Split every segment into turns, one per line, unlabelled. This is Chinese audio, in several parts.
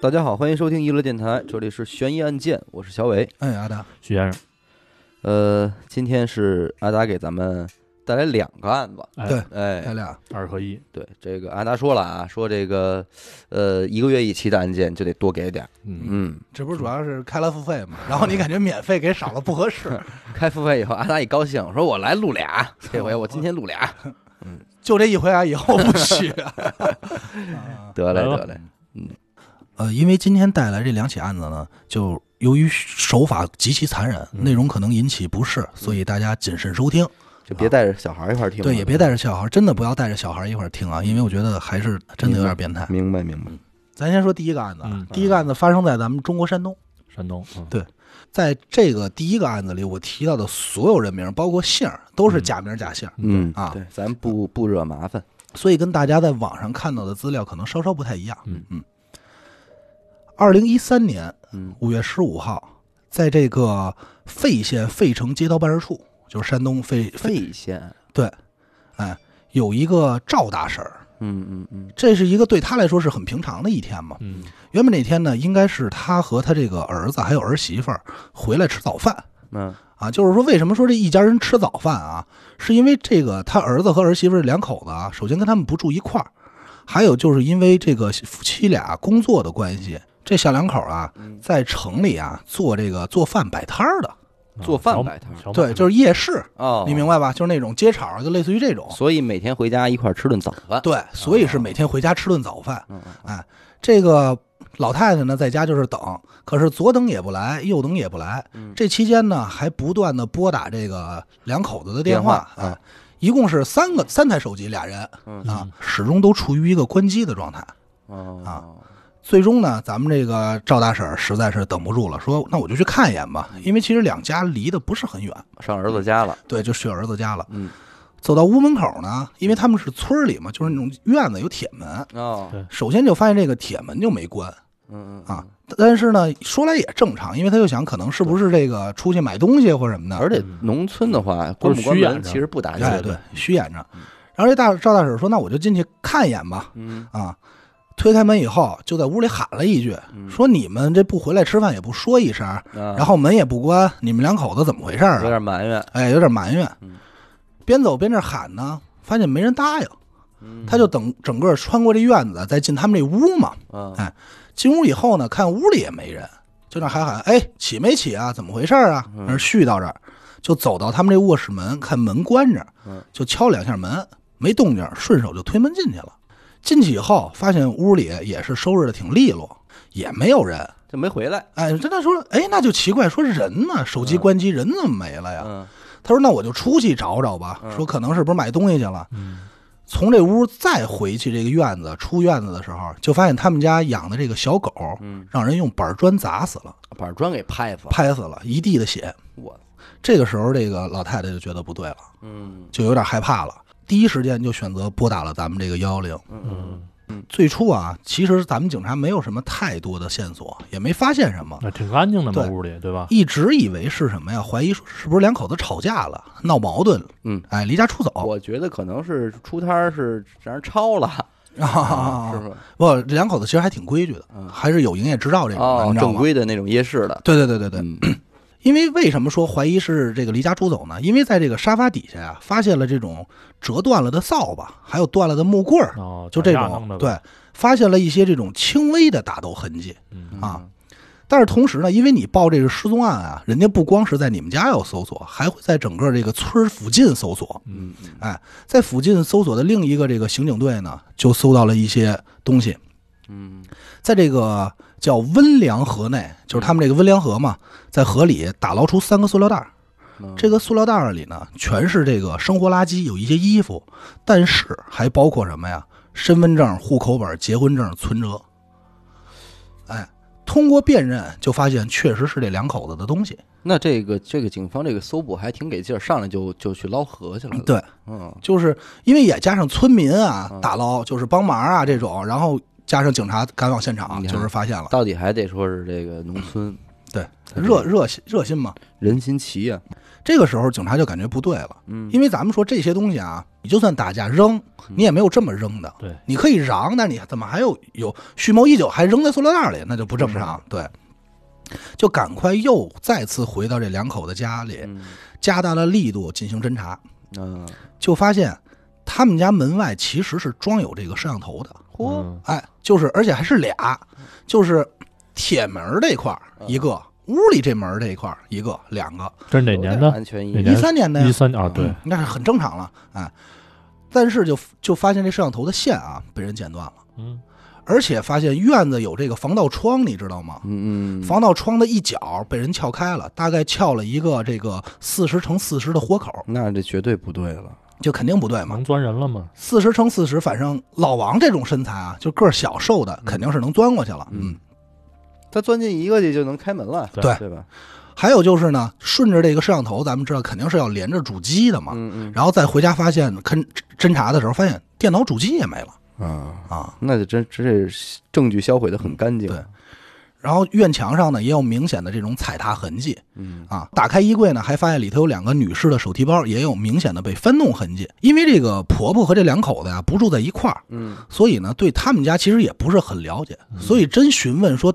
大家好，欢迎收听娱乐电台，这里是悬疑案件，我是小伟。
哎，阿达，
徐先生，
呃，今天是阿达给咱们带来两个案子，
哎
对
哎
咱，俩
二合一，
对，这个阿达说了啊，说这个，呃，一个月一期的案件就得多给点儿，
嗯，
嗯，
这不是主要是开了付费嘛？然后你感觉免费给少了不 合适，
开付费以后，阿达一高兴，说我来录 俩，这回我今天录俩，
就这一回啊，以后不许、啊。啊
得嘞
来吧
得嘞，嗯
呃，因为今天带来这两起案子呢，就由于手法极其残忍，
嗯
内容可能引起不适，所以大家谨慎收听。
就别带着小孩一块儿嗯听了，
对，也别带着小孩，真的不要带着小孩一块儿听啊，因为我觉得还是真的有点变态。
明白明白，
咱先说第一个案子啊，
嗯
第一个案子发生在咱们中国山东。
山东，嗯
对在这个第一个案子里，我提到的所有人名，包括姓儿，都是假名假姓儿，
嗯
啊
对，咱不不惹麻烦，
所以跟大家在网上看到的资料可能稍稍不太一样。
嗯
嗯。二零一三年
嗯
五月十五号，在这个费县费城街道办事处，就是山东费费，
费 县，
哎，有一个赵大婶儿。
嗯嗯嗯，
这是一个对她来说是很平常的一天嘛。
嗯，
原本那天呢，应该是她和她这个儿子还有儿媳妇儿回来吃早饭，
那
啊，就是说，为什么说这一家人吃早饭啊？是因为这个他儿子和儿媳妇儿两口子啊，首先跟他们不住一块儿，还有就是因为这个夫妻俩工作的关系，这小两口啊，
嗯
在城里啊做这个做饭摆摊儿的，
做饭
啊小
摆摊儿
小
对，就是夜市，
哦，
你明白吧？就是那种街场，就类似于这种。
所以每天回家一块儿吃顿早饭，
对，所以是每天回家吃顿早饭。
嗯，嗯
哎，这个老太太呢，在家就是等，可是左等也不来，右等也不来。
嗯
这期间呢，还不断的拨打这个两口子的电话，
电话啊
哎，一共是三个三台手机，俩人
嗯
啊，始终都处于一个关机的状态。
哦
啊，最终呢，咱们这个赵大婶儿实在是等不住了，说那我就去看一眼吧，
嗯
因为其实两家离得不是很远，
上儿子家了，
对，就去儿子家了。
嗯，
走到屋门口呢，因为他们是村儿里嘛，就是那种院子有铁门，
哦，
对
首先就发现这个铁门就没关，
嗯嗯
啊，但是呢，说来也正常，因为他就想，可能是不是这个出去买东西或什么的，
而且农村的话，关
都
不
是
关
虚掩
门
着
其实不打紧，
哎对，虚掩着。然后这大赵大婶说：“那我就进去看一眼吧。
嗯”
啊，推开门以后，就在屋里喊了一句：“
嗯
说你们这不回来吃饭也不说一声，
然
然后门也不关，你们两口子怎么回事儿
啊有
啊
点埋怨，？”
哎，有点埋怨
嗯。
边走边这喊呢，发现没人答应，他就等整个穿过这院子，再进他们这屋嘛。
嗯
哎进屋以后呢，看屋里也没人，就那还喊：“哎，起没起啊？怎么回事儿啊？”那絮叨着，就走到他们这卧室门，看门关着
嗯，
就敲两下门，没动静，顺手就推门进去了。进去以后，发现屋里也是收拾的挺利落，也没有人。
就没回来，
哎，真的说，哎，那就奇怪，说人呢？手机关机，人怎么没了呀？
嗯
他说：“那我就出去找找吧。”说可能是不是买东西去了。从这屋再回去这个院子，出院子的时候，就发现他们家养的这个小狗，
嗯
让人用板砖砸死了，
板砖给拍死了，
拍死了，一地的血。
我，
这个时候，这个老太太就觉得不对了，
嗯
就有点害怕了。第一时间就选择拨打了咱们这个幺幺零。
嗯，
最初啊，其实咱们警察没有什么太多的线索，也没发现什么，
那挺干净的嘛，
对
屋里对吧？
一直以为是什么呀？怀疑说是不是两口子吵架了，闹矛盾了，
嗯，
哎，离家出走。
我觉得可能是出摊儿是让人抄了，
啊
是不是？
不，这两口子其实还挺规矩的，
嗯
还是有营业执照这种的，
哦
你，知道
正
吗？
规的那种夜市的，
对对对对对，
嗯
因为为什么说怀疑是这个离家出走呢？因为在这个沙发底下呀、发现了这种折断了的扫把，还有断了的木棍儿，
哦，
就这
打架弄
种
的呗，
对，发现了一些这种轻微的打斗痕迹。
嗯
啊，但是同时呢，因为你报这个失踪案啊，人家不光是在你们家要搜索，还会在整个这个村儿附近搜索。
嗯
哎，在附近搜索的另一个这个刑警队呢，就搜到了一些东西。
嗯
在这个叫温良河内，就是他们这个温良河嘛，在河里打捞出三个塑料袋儿。
嗯，
这个塑料袋儿里呢，全是这个生活垃圾，有一些衣服，但是还包括什么呀？身份证、户口本、结婚证、存折。哎，通过辨认就发现确实是这两口子的东西。
那这个这个警方这个搜捕还挺给劲儿，上来就就去捞河去了，，
对，
嗯
就是因为也加上村民啊
嗯
打捞，就是帮忙啊这种，然后加上警察赶往现场，
你看
就是发现了。
到底还得说是这个农村，
对，热热心热心嘛。
人心齐啊呀、
这个时候警察就感觉不对了，
嗯，
因为咱们说这些东西啊，你就算打架扔，你也没有这么扔的。
对，
你可以嚷，但你怎么还有有蓄谋已久还扔在塑料袋里，那就
嗯
不正常。对，就赶快又再次回到这两口子家里，
嗯
加大了力度进行侦查，
嗯，
就发现他们家门外其实是装有这个摄像头的。
嚯，
嗯
哎，就是而且还是俩，就是铁门儿这块儿
嗯
一个，屋里这门儿这一块儿一个，两个，
这是哪
有点
年的？
安全意
哪
识
年
一三年的呀
一三啊，对
嗯，那是很正常了，哎，但是就就发现这摄像头的线啊被人剪断了，
嗯，
而且发现院子有这个防盗窗，你知道吗？
嗯嗯，
防盗窗的一角被人撬开了，大概撬了一个这个四十乘四十的豁口，
那这绝对不对了，
就肯定不对嘛。
能钻人了吗？
四十乘四十，反正老王这种身材啊，就个儿小瘦的，肯定是能钻过去了。
嗯他钻进一个去就能开门了，
对
对吧？
还有就是呢，顺着这个摄像头，咱们知道肯定是要连着主机的嘛。
嗯
然后再回家发现，看侦查的时候发现电脑主机也没了
嗯啊，
啊。
那就真真是证据销毁的很干净，
对然后院墙上呢也有明显的这种踩踏痕迹
嗯
啊。打开衣柜呢，还发现里头有两个女士的手提包，也有明显的被翻动痕迹。因为这个婆婆和这两口子呀、不住在一块儿，
嗯
所以呢对他们家其实也不是很了解，所以真询问说。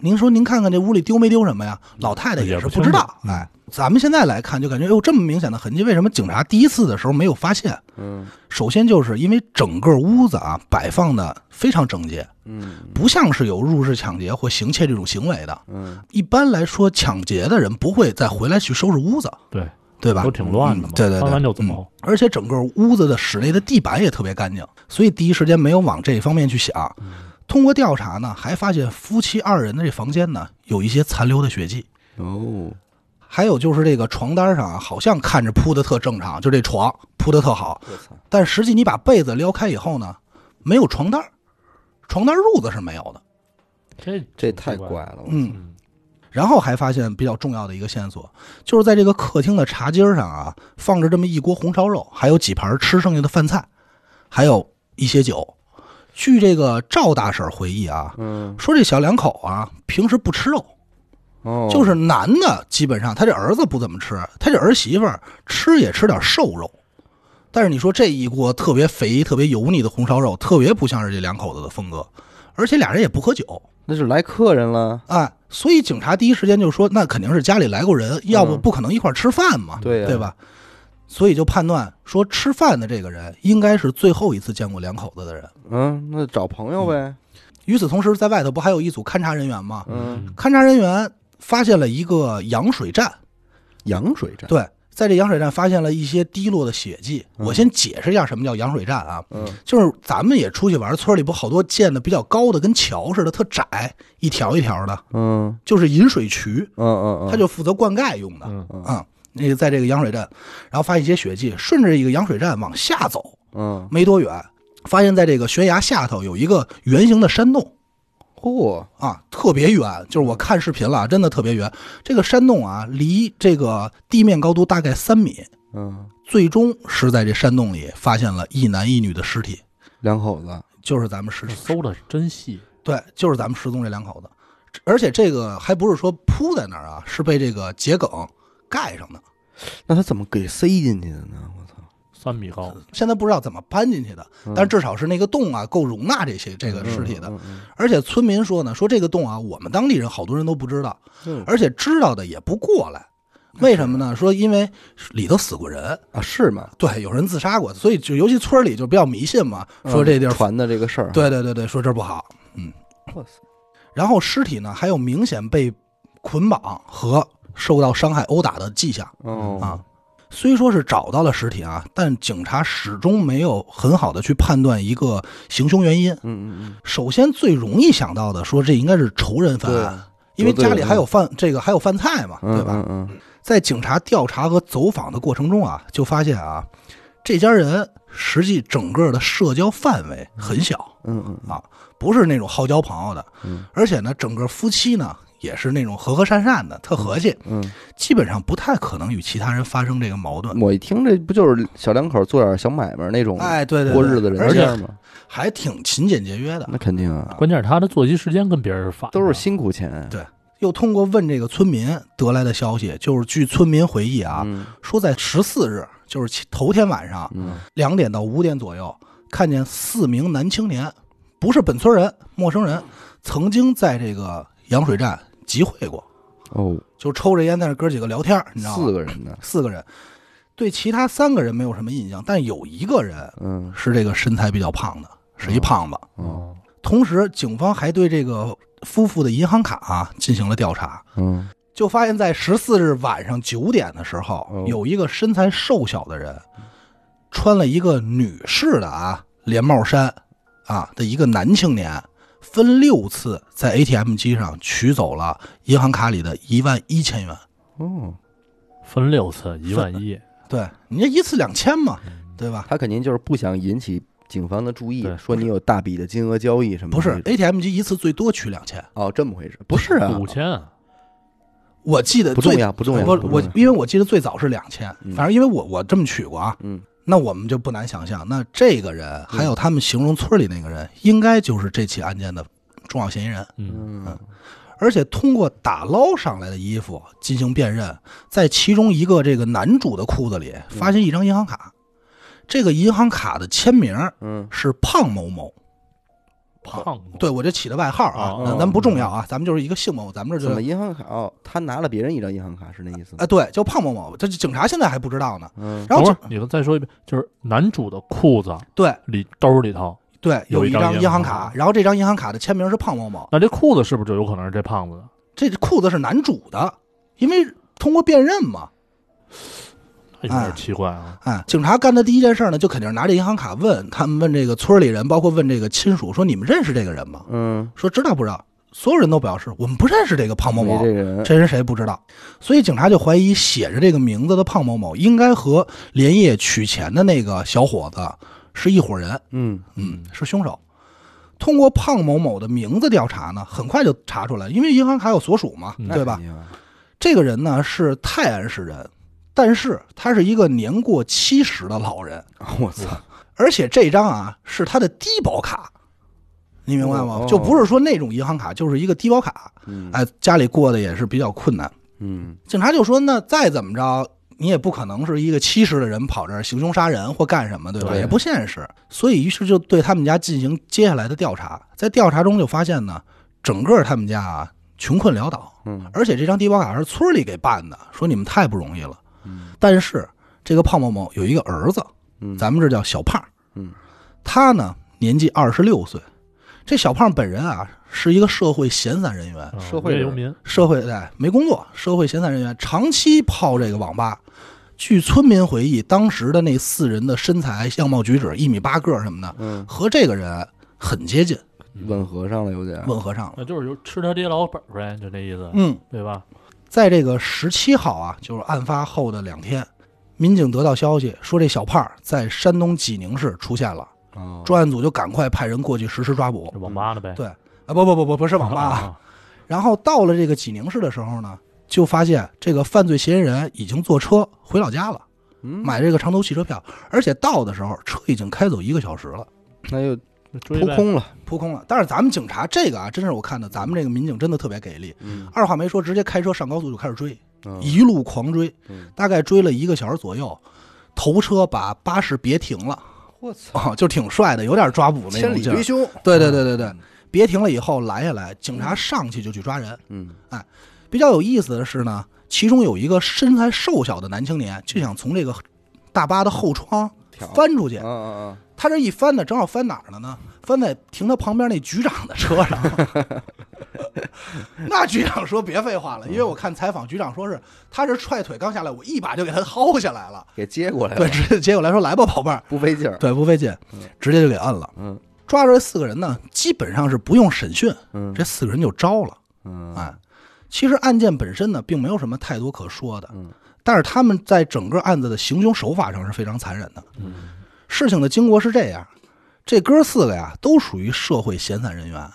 您说，您看看这屋里丢没丢什么呀？老太太
也
也是
不
不
清
知
楚嗯
道。哎，咱们现在来看，就感觉哎有这么明显的痕迹，为什么警察第一次的时候没有发现？
嗯
首先就是因为整个屋子啊摆放的非常整洁，
嗯
不像是有入室抢劫或行窃这种行为的。
嗯，
一般来说，抢劫的人不会再回来去收拾屋子，
对，
对吧？
都挺乱的嘛
嗯对对对，
翻完就走
嗯而且整个屋子的室内的地板也特别干净，所以第一时间没有往这方面去想。通过调查呢，还发现夫妻二人的这房间呢有一些残留的血迹，
哦，
还有就是这个床单上啊，好像看着铺的特正常，就这床铺的特好，
我操，
但实际你把被子撩开以后呢，没有床单儿，床单褥子是没有的。
这
这
挺
太
怪
怪
的，
了，
嗯，
嗯，
然后还发现比较重要的一个线索，就是在这个客厅的茶几儿上啊，放着这么一锅红烧肉，还有几盘吃剩下的饭菜，还有一些酒。据这个赵大婶儿回忆啊，
嗯
说这小两口啊，平时不吃肉，
哦，
就是男的基本上他这儿子不怎么吃，他这儿媳妇儿吃也吃点瘦肉，但是你说这一锅特别肥、特别油腻的红烧肉，特别不像是这两口子的风格，而且俩人也不喝酒，
那是来客人了，
哎，所以警察第一时间就说，那肯定是家里来过人，要不不可能一块儿吃饭嘛，
嗯对呀
对吧？所以就判断说，吃饭的这个人应该是最后一次见过两口子的人。
嗯，那找朋友呗，
与此同时，在外头不还有一组勘察人员吗？
嗯，
勘察人员发现了一个羊水站，
羊水站，
对，在这羊水站发现了一些滴落的血迹。我先解释一下什么叫羊水站啊，
嗯
就是咱们也出去玩，村里不好多建的比较高的，跟桥似的，特窄，一条一条的，
嗯
就是引水渠，
嗯嗯嗯，
它就负责灌溉用的。
嗯，
嗯
嗯，那个在这个羊水站，然后发现一些血迹，顺着一个羊水站往下走，
嗯，
没多远，发现在这个悬崖下头有一个圆形的山洞
嚯，
啊，特别远，就是我看视频了，啊真的特别远。这个山洞啊，离这个地面高度大概三米。
嗯，
最终是在这山洞里发现了一男一女的尸体，
两口子，
就是咱们失
这
嗯
搜的是真细，
对，就是咱们失踪这两口子。而且这个还不是说铺在那儿啊，是被这个桔梗盖上的。
那他怎么给塞进去的呢？我操，
三米高，
现在不知道怎么搬进去的，
嗯
但至少是那个洞啊够容纳这些这个尸体的。
嗯，嗯
而且村民说呢，说这个洞啊，我们当地人好多人都不知道，
嗯
而且知道的也不过来。为什么呢？说因为里头死过人，
啊是吗？
对，有人自杀过，所以就尤其村里就比较迷信嘛，说
嗯
这地儿，啊
传的这个事儿，，
对对对对，说这儿不好。嗯
我操，
然后尸体呢，还有明显被捆绑和受到伤害殴打的迹象。
哦
啊，虽说是找到了尸体啊，但警察始终没有很好的去判断一个行凶原因。
嗯嗯
首先最容易想到的，说这应该是仇人犯
对
案，因为家里还有饭，这个还有饭菜嘛，
嗯，
对吧？
嗯嗯
在警察调查和走访的过程中啊，就发现啊，这家人实际整个的社交范围很小，
嗯嗯嗯，
不是那种好交朋友的，
嗯
而且呢，整个夫妻呢也是那种和和善善的，特和气，
嗯，
基本上不太可能与其他人发生这个矛盾。
我一听这不就是小两口做点小买卖那种
嗯哎，对对对，
嗯过日子人
而
家
且
吗？
还挺勤俭节约的，
那肯定啊，
关键是他的作息时间跟别人是反的，
都是辛苦钱。
对又通过问这个村民得来的消息，就是据村民回忆啊，
嗯
说在十四日，就是其头天晚上
嗯
两点到五点左右，看见四名男青年，不是本村人，陌生人，曾经在这个羊水站集会过，
哦，
就抽着烟在那哥几个聊天儿，你知道吗？
四个人呢，
四个人，对其他三个人没有什么印象，但有一个人
嗯
是这个身材比较胖的，是一胖子。
哦
哦，
同时，警方还对这个夫妇的银行卡、啊、进行了调查，
嗯
就发现，在十四日晚上九点的时候，
哦
有一个身材瘦小的人，穿了一个女士的啊连帽衫啊的一个男青年，分六次在 ATM 机上取走了银行卡里的一万一千元。
哦，
分六次一万一，嗯
对，你这一次两千嘛，对吧？
他肯定就是不想引起警方的注意
对，
说你有大笔的金额交易什么的
不是
那种
ATM 机一次最多取两千，
哦，这么回事？不是啊，
五千啊，
我记得
不
最
重要，不重要，
我
不重
我
要
因为我记得最早是两千，
嗯
反正因为我我这么取过啊，
嗯，
那我们就不难想象，那这个人还有他们形容村里那个人，应该就是这起案件的重要嫌疑人。
嗯，
嗯
而且通过打捞上来的衣服进行辨认，在其中一个这个男主的裤子
嗯
里发现一张银行卡，这个银行卡的签名
嗯
是胖某某。
胖子，
对我这起的外号啊
哦，
那
哦
咱不重要啊，咱们就是一个姓某，咱们这
怎
就
么
是
银行卡？哦，他拿了别人一张银行卡，是那意思吗？
啊，对，叫胖某某。这警察现在还不知道呢。
嗯
然后
等会
就
儿你们再说一遍，就是男主的裤子
对
里兜里头，
对，
有
有
一
一
张
张
银
银行
行
卡
卡，
然后这张银行卡的签名是胖某某。
那这裤子是不是就有可能是这胖子的？
这裤子是男主的，因为通过辨认嘛。
那哎有点奇怪
嗯
啊。
哎，警察干的第一件事呢，就肯定是拿着银行卡问他们，问这个村里人，包括问这个亲属，说你们认识这个人吗？
嗯，
说知道不知道？所有人都表示我们不认识这个胖某
没
某
这，人，
这人谁不知道？所以警察就怀疑写着这个名字的胖某某应该和连夜取钱的那个小伙子是一伙人，
嗯
嗯，是凶手。通过胖某某的名字调查呢，很快就查出来，因为银行卡有所属嘛，
嗯
对吧
那肯？定啊？
这个人呢是泰安市人，但是他是一个年过七十的老人，
我操！
而且这张啊是他的低保卡，你明白吗
哦？
就不是说那种银行卡，就是一个低保卡。
嗯
哎，家里过得也是比较困难。
嗯
警察就说，那再怎么着，你也不可能是一个七十的人跑这儿行凶杀人或干什么，对吧？
对
也不现实。所以，于是就对他们家进行接下来的调查。在调查中就发现呢，整个他们家啊穷困潦倒，
嗯
而且这张低保卡是村里给办的，说你们太不容易了。
嗯
但是这个胖某某有一个儿子，
嗯，
咱们这叫小胖，
嗯，
他呢年纪二十六岁，这小胖本人啊是一个社会闲散人员，
啊
社
无
会
业
人
游民，
社会哎没工作，社会闲散人员，长期泡这个网吧。据村民回忆，当时的那四人的身材、相貌、举止，一米八个什么的，
嗯
和这个人很接近，
吻合上了有点。
吻合上了。
那就是有吃他爹老本儿呗，就这意思，
嗯，
对吧？
在这个十七号啊，就是案发后的两天，民警得到消息说这小胖在山东济宁市出现了，
哦
专案组就赶快派人过去实施抓捕
这。
嗯
网吧的呗，
对啊，不不不不，不是
这
网吧啊。然后到了这个济宁市的时候呢，就发现这个犯罪嫌疑人已经坐车回老家了，
嗯，
买这个长途汽车票，而且到的时候车已经开走一个小时了，
那又
追
扑
呗，
空了。
扑空了。但是咱们警察这个啊，真是我看的，咱们这个民警真的特别给力，
嗯，
二话没说，直接开车上高速就开始追，
嗯
一路狂追。
嗯
大概追了一个小时左右，头车把巴士别停了，
我操！
啊，就挺帅的，有点抓捕那
千
种
里嗯
劲
追
儿。
凶。
对对对对对，别停了以后拦下来，警察上去就去抓人。
嗯
比较有意思的是呢，其中有一个身材瘦小的男青年就想从这个大巴的后窗
跳
翻出去
啊，啊啊！
他这一翻呢，正好翻哪儿了呢？翻在停他旁边那局长的车上。那局长说别废话了，因为我看采访，局长说是他是踹腿刚下来，我一把就给他薅下来了。
给接过来
对，
了，
直接结果来说来吧，宝贝儿，
不费劲儿。
对，不费劲，直接就给摁了。
嗯
抓住这四个人呢，基本上是不用审讯，
嗯
这四个人就招了。
嗯
哎，其实案件本身呢，并没有什么太多可说的
嗯，
但是他们在整个案子的行凶手法上是非常残忍的。
嗯
事情的经过是这样，这哥四个呀，都属于社会闲散人员，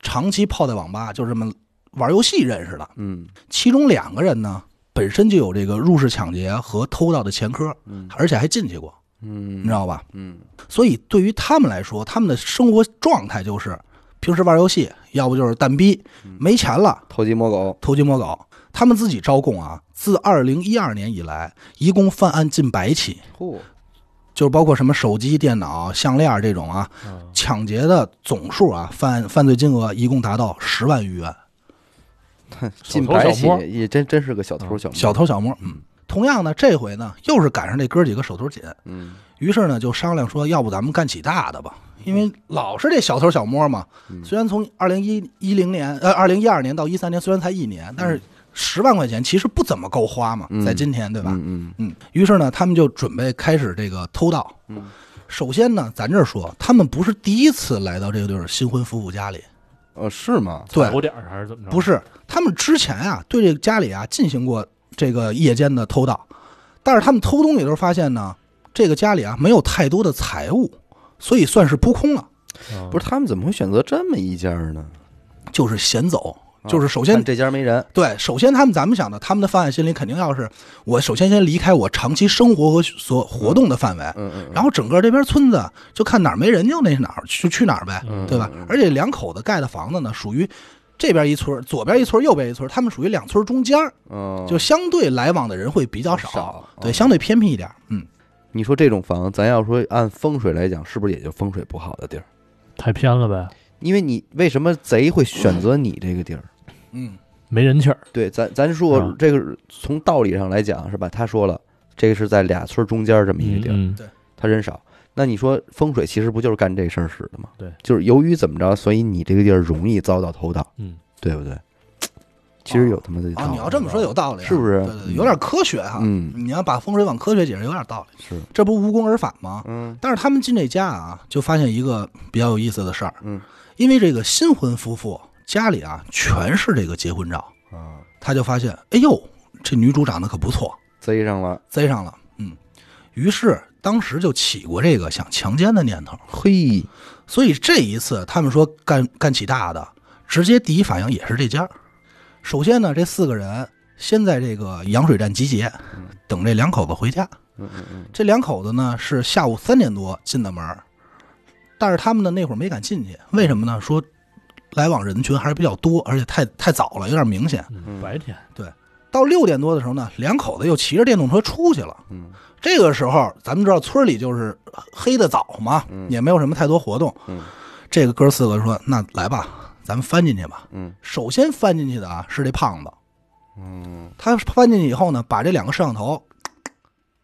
长期泡在网吧，就这么玩游戏认识的。
嗯
其中两个人呢，本身就有这个入室抢劫和偷盗的前科，
嗯
而且还进去过，你
嗯
知道吧？
嗯
所以对于他们来说，他们的生活状态就是平时玩游戏，要不就是蛋逼，
嗯
没钱了
偷鸡摸 狗，
偷鸡摸狗。他们自己招供啊，自二零一二年以来，一共犯案近百起，
嚯，
就是包括什么手机、电脑、项链这种啊，
嗯
抢劫的总数啊，犯犯罪金额一共达到十万余元。
近
偷
百
小
起
摸
也真真是个小偷小摸。
小偷小摸，嗯。同样呢，这回呢，又是赶上这哥几个手头紧，
嗯，
于是呢就商量说，要不咱们干起大的吧，因为老是这小偷小摸嘛。
嗯
虽然从二零一一零年呃二零一二年到一三年，虽然才一年，但是十万块钱其实不怎么够花嘛，
嗯
在今天对吧？
嗯
嗯，于是呢，他们就准备开始这个偷盗。
嗯，
首先呢，咱这儿说，他们不是第一次来到这个对儿新婚夫妇家里，
嗯，哦，是吗？
对，
踩过点儿还是怎么着？
不是，他们之前啊，对这个家里啊进行过这个夜间的偷盗，但是他们偷东西的时候发现呢，这个家里啊没有太多的财物，所以算是扑空了，
嗯，
不是，他们怎么会选择这么一家呢？
就是闲走，
啊
就是首先、
看这家没人，
对，首先他们咱们想的，他们的犯案心理肯定要是我首先先离开我长期生活和所活动的范围，
嗯嗯，
然后整个这边村子就看哪儿没人就那哪儿就去哪儿呗，
嗯
对吧？而且两口子盖的房子呢，属于这边一村儿，左边一村儿，右边一村儿，他们属于两村儿中间儿。
嗯，
就相对来往的人会比较少，
少
对，
哦
相对偏僻一点。嗯，
你说这种房，咱要说按风水来讲，是不是也就风水不好的地儿？
太偏了呗，
因为你为什么贼会选择你这个地 儿？
嗯，
没人气儿。
对，咱咱说
嗯
这个从道理上来讲是吧？他说了，这个是在俩村中间这么一个地儿，
嗯，嗯
他人少。那你说风水其实不就是干这事儿使的吗？
对，
就是由于怎么着，所以你这个地儿容易遭到偷盗，
嗯，
对不对？其实有他妈的道
哦啊，
理
你要这么说有道理啊，
是不是
对对对，
嗯
有点科学哈。
嗯
你要把风水往科学解释，有点道理，
是，
这不无功而返吗？
嗯
但是他们进这家啊，就发现一个比较有意思的事儿，
嗯
因为这个新婚夫妇家里啊全是这个结婚照，
啊，
他就发现，哎呦，这女主长得可不错，
贼上了，
栽上了，嗯，于是当时就起过这个想强奸的念头。
嘿，
所以这一次他们说干干起大的，直接第一反应也是这家儿。首先呢，这四个人先在这个羊水站集结，等这两口子回家。
嗯嗯嗯，
这两口子呢是下午三点多进的门儿，但是他们呢那会儿没敢进去，为什么呢？说来往人群还是比较多，而且太太早了，有点明显。
嗯白天
到六点多的时候呢，两口子又骑着电动车出去了。
嗯，
这个时候咱们知道村里就是黑的早嘛，也没有什么太多活动。
嗯
这个哥四个说：“那来吧，咱们翻进去吧。”
嗯，
首先翻进去的啊是这胖子，
嗯，
他翻进去以后呢，把这两个摄像头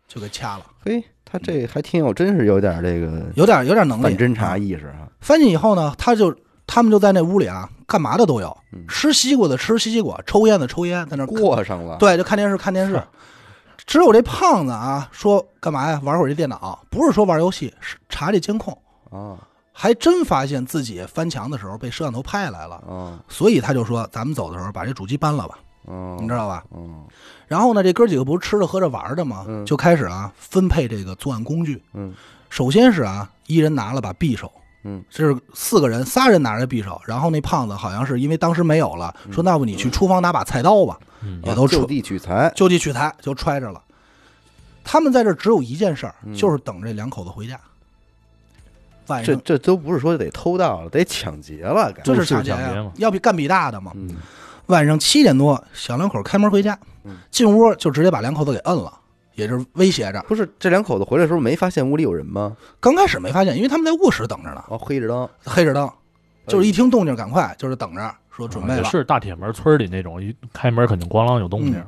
就给掐了，
嘿，他这还挺有，真是有点这个
有点有点能力。
反侦查意识啊，
翻进以后呢，他就他们就在那屋里啊，干嘛的都有
嗯，
吃西瓜的吃西瓜，抽烟的抽烟，在那看
过上了，
嗯对，就看电视看电视
是。
只有这胖子啊，说干嘛呀？玩会儿这电脑，不是说玩游戏，是查这监控，
啊
还真发现自己翻墙的时候被摄像头拍下来了，
啊
所以他就说：“咱们走的时候把这主机搬了吧，
啊，
你知道吧
嗯？”
然后呢，这哥几个不是吃着喝着玩着吗？
嗯
就开始啊分配这个作案工具。
嗯
首先是啊，一人拿了把匕首，
嗯，
这是四个人，仨人拿着匕首。然后那胖子好像是因为当时没有了，说：“那不你去厨房拿把菜刀吧。
嗯
也都
嗯啊就
撤
地取材，
就地取材，就揣着了。他们在这儿只有一件事儿，就是等这两口子回家。晚
这
上
这都不是说得偷盗了，得抢劫了，该
这是
就是
抢劫
抢劫
呀
嘛，
要比干比大的嘛。
嗯
晚上七点多，小两口开门回家，进屋就直接把两口子给摁了，也就是威胁着。
不是这两口子回来的时候没发现屋里有人吗？
刚开始没发现，因为他们在卧室等着呢，
哦，黑着灯，
黑着灯，就是一听动静赶快，就是等着说准备
啊也
了。
是大铁门村儿里那种，一开门肯定咣啷有动
嗯
静儿。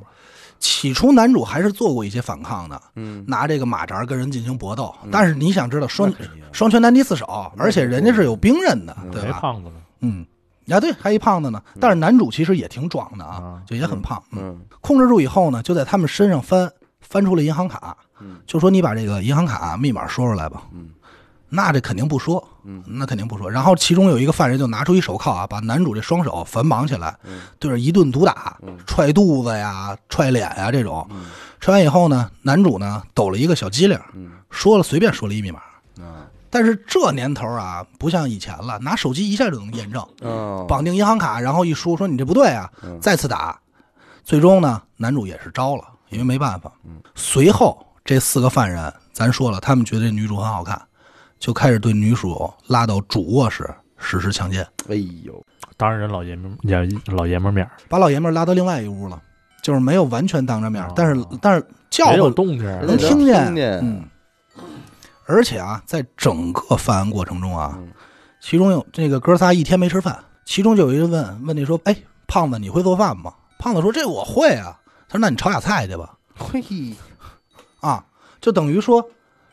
起初男主还是做过一些反抗的，
嗯，
拿这个马扎跟人进行搏斗，但是你想知道双
那肯定啊
双拳难敌四手，而且人家是有兵刃的，对
谁
吧？
胖子呢？
嗯，啊对，还一胖子呢，但是男主其实也挺壮的啊
啊，
就也很胖，嗯
嗯
控制住以后呢，就在他们身上翻，翻出了银行卡
嗯，
就说你把这个银行卡密码说出来吧。
嗯
那这肯定不说，
嗯
那肯定不说。然后其中有一个犯人就拿出一手铐啊，把男主这双手反绑起来，
嗯
对着一顿毒打，
嗯
踹肚子呀、踹脸呀这种。
嗯
踹完以后呢，男主呢抖了一个小机灵，
嗯
说了随便说了一密码。
啊
但是这年头啊，不像以前了，拿手机一下就能验证。
哦
绑定银行卡，然后一输说你这不对啊，
嗯
再次打。最终呢，男主也是招了，因为没办法。
嗯
随后这四个犯人，咱说了，他们觉得这女主很好看，就开始对女主拉到主卧室，实施强奸，
哎呦，
当着人老爷们儿也老爷们儿面儿，
把老爷们儿拉到另外一屋了，就是没有完全当着面儿
哦，
但是但是叫
没有
唤
动静儿，
能
人家
听见
听，见
嗯。而且啊，在整个犯案过程中啊，
嗯
其中有这个哥仨一天没吃饭，其中就有一人问问你说：“哎，胖子，你会做饭吗？”胖子说：“这我会啊。”他说：“那你炒俩菜去吧。
嘿，”
啊，就等于说，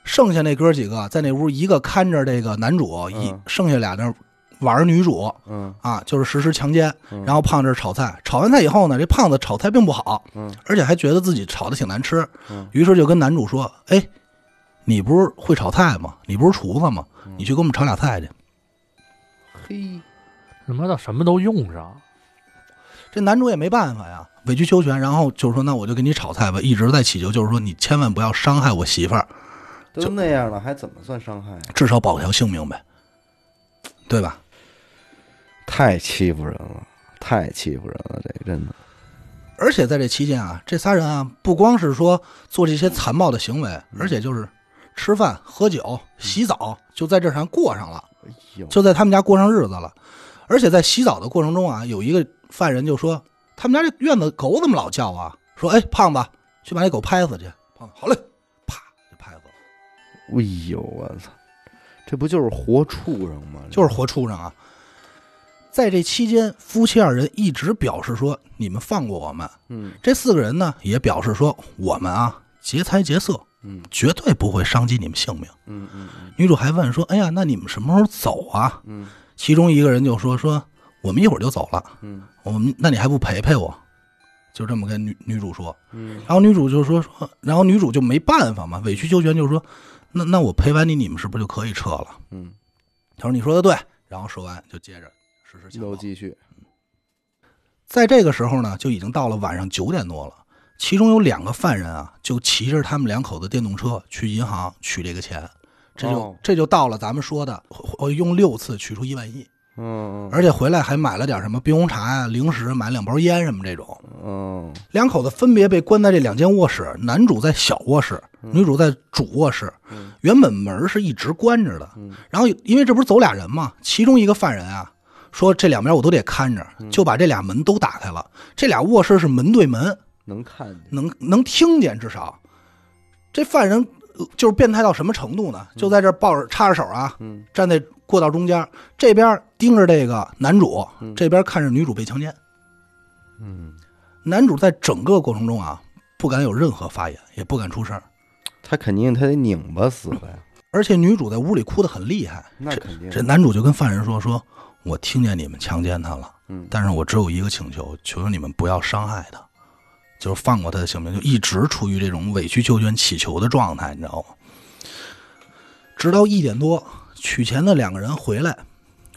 剩下那哥几个在那屋，一个看着这个男主，一、
嗯
剩下俩那儿玩女主
嗯
啊，就是实施强奸。
嗯
然后胖子这儿炒菜，炒完菜以后呢，这胖子炒菜并不好，
嗯
而且还觉得自己炒的挺难吃
嗯，
于是就跟男主说：“哎，你不是会炒菜吗？你不是厨子吗？
嗯
你去给我们炒俩菜去。
嘿，
什么的什么都用上，”
这男主也没办法呀，委曲求全，然后就是说：“那我就给你炒菜吧。”一直在祈求，就是说你千万不要伤害我媳妇儿，
都
就
那样了，还怎么算伤害啊？
至少保条性命呗，对吧？
太欺负人了，太欺负人了，这真的。
而且在这期间啊，这仨人啊，不光是说做这些残暴的行为，而且就是吃饭、喝酒、洗澡，就在这上过上了。
哎呦，
就在他们家过上日子了。而且在洗澡的过程中啊，有一个犯人就说：“他们家这院子狗怎么老叫啊？”说：“哎，胖子，去把那狗拍死去。”胖子：“好嘞，啪就拍死了，
哎呦，我操！这不就是活畜生吗？
就是活畜生啊。”在这期间，夫妻二人一直表示说：“你们放过我们。
嗯”
这四个人呢，也表示说：“我们啊，劫财劫色，
嗯
绝对不会伤及你们性命。
嗯嗯嗯”
女主还问说：“哎呀，那你们什么时候走啊
嗯？”
其中一个人就说：“说我们一会儿就走了。”
嗯
我们那你还不陪陪我？就这么跟女女主说，
嗯
然后女主就说说，然后女主就没办法嘛，委曲求全，就是说，那那我陪完你，你们是不是就可以撤了？
嗯，
她说你说的对，然后说完就接着实施强
又
暴。
继续。
在这个时候呢，就已经到了晚上九点多了，其中有两个犯人啊，就骑着他们两口子电动车去银行取这个钱，这就、
哦
这就到了咱们说的，我用六次取出一万一，
嗯
而且回来还买了点什么冰红茶呀、零食，买两包烟什么这种。
嗯
两口子分别被关在这两间卧室，男主在小卧室，女主在主卧室。
嗯
原本门是一直关着的，
嗯
然后因为这不是走俩人嘛，其中一个犯人啊说这两边我都得看着，
嗯
就把这俩门都打开了。这俩卧室是门对门，
能看见。
能能听见至少。这犯人呃就是变态到什么程度呢？就在这儿抱着插着手啊，
嗯
站在过道中间，这边盯着这个男主
嗯，
这边看着女主被强奸。
嗯，
男主在整个过程中啊，不敢有任何发言，也不敢出声，
他肯定他得拧巴死了呀，
而且女主在屋里哭得很厉害。
那肯定。
这男主就跟犯人说：“说我听见你们强奸她了，
嗯
但是我只有一个请求，求求你们不要伤害她，就是放过她的性命。”就一直处于这种委曲求全、乞求的状态，你知道吗？直到一点多，取钱的两个人回来，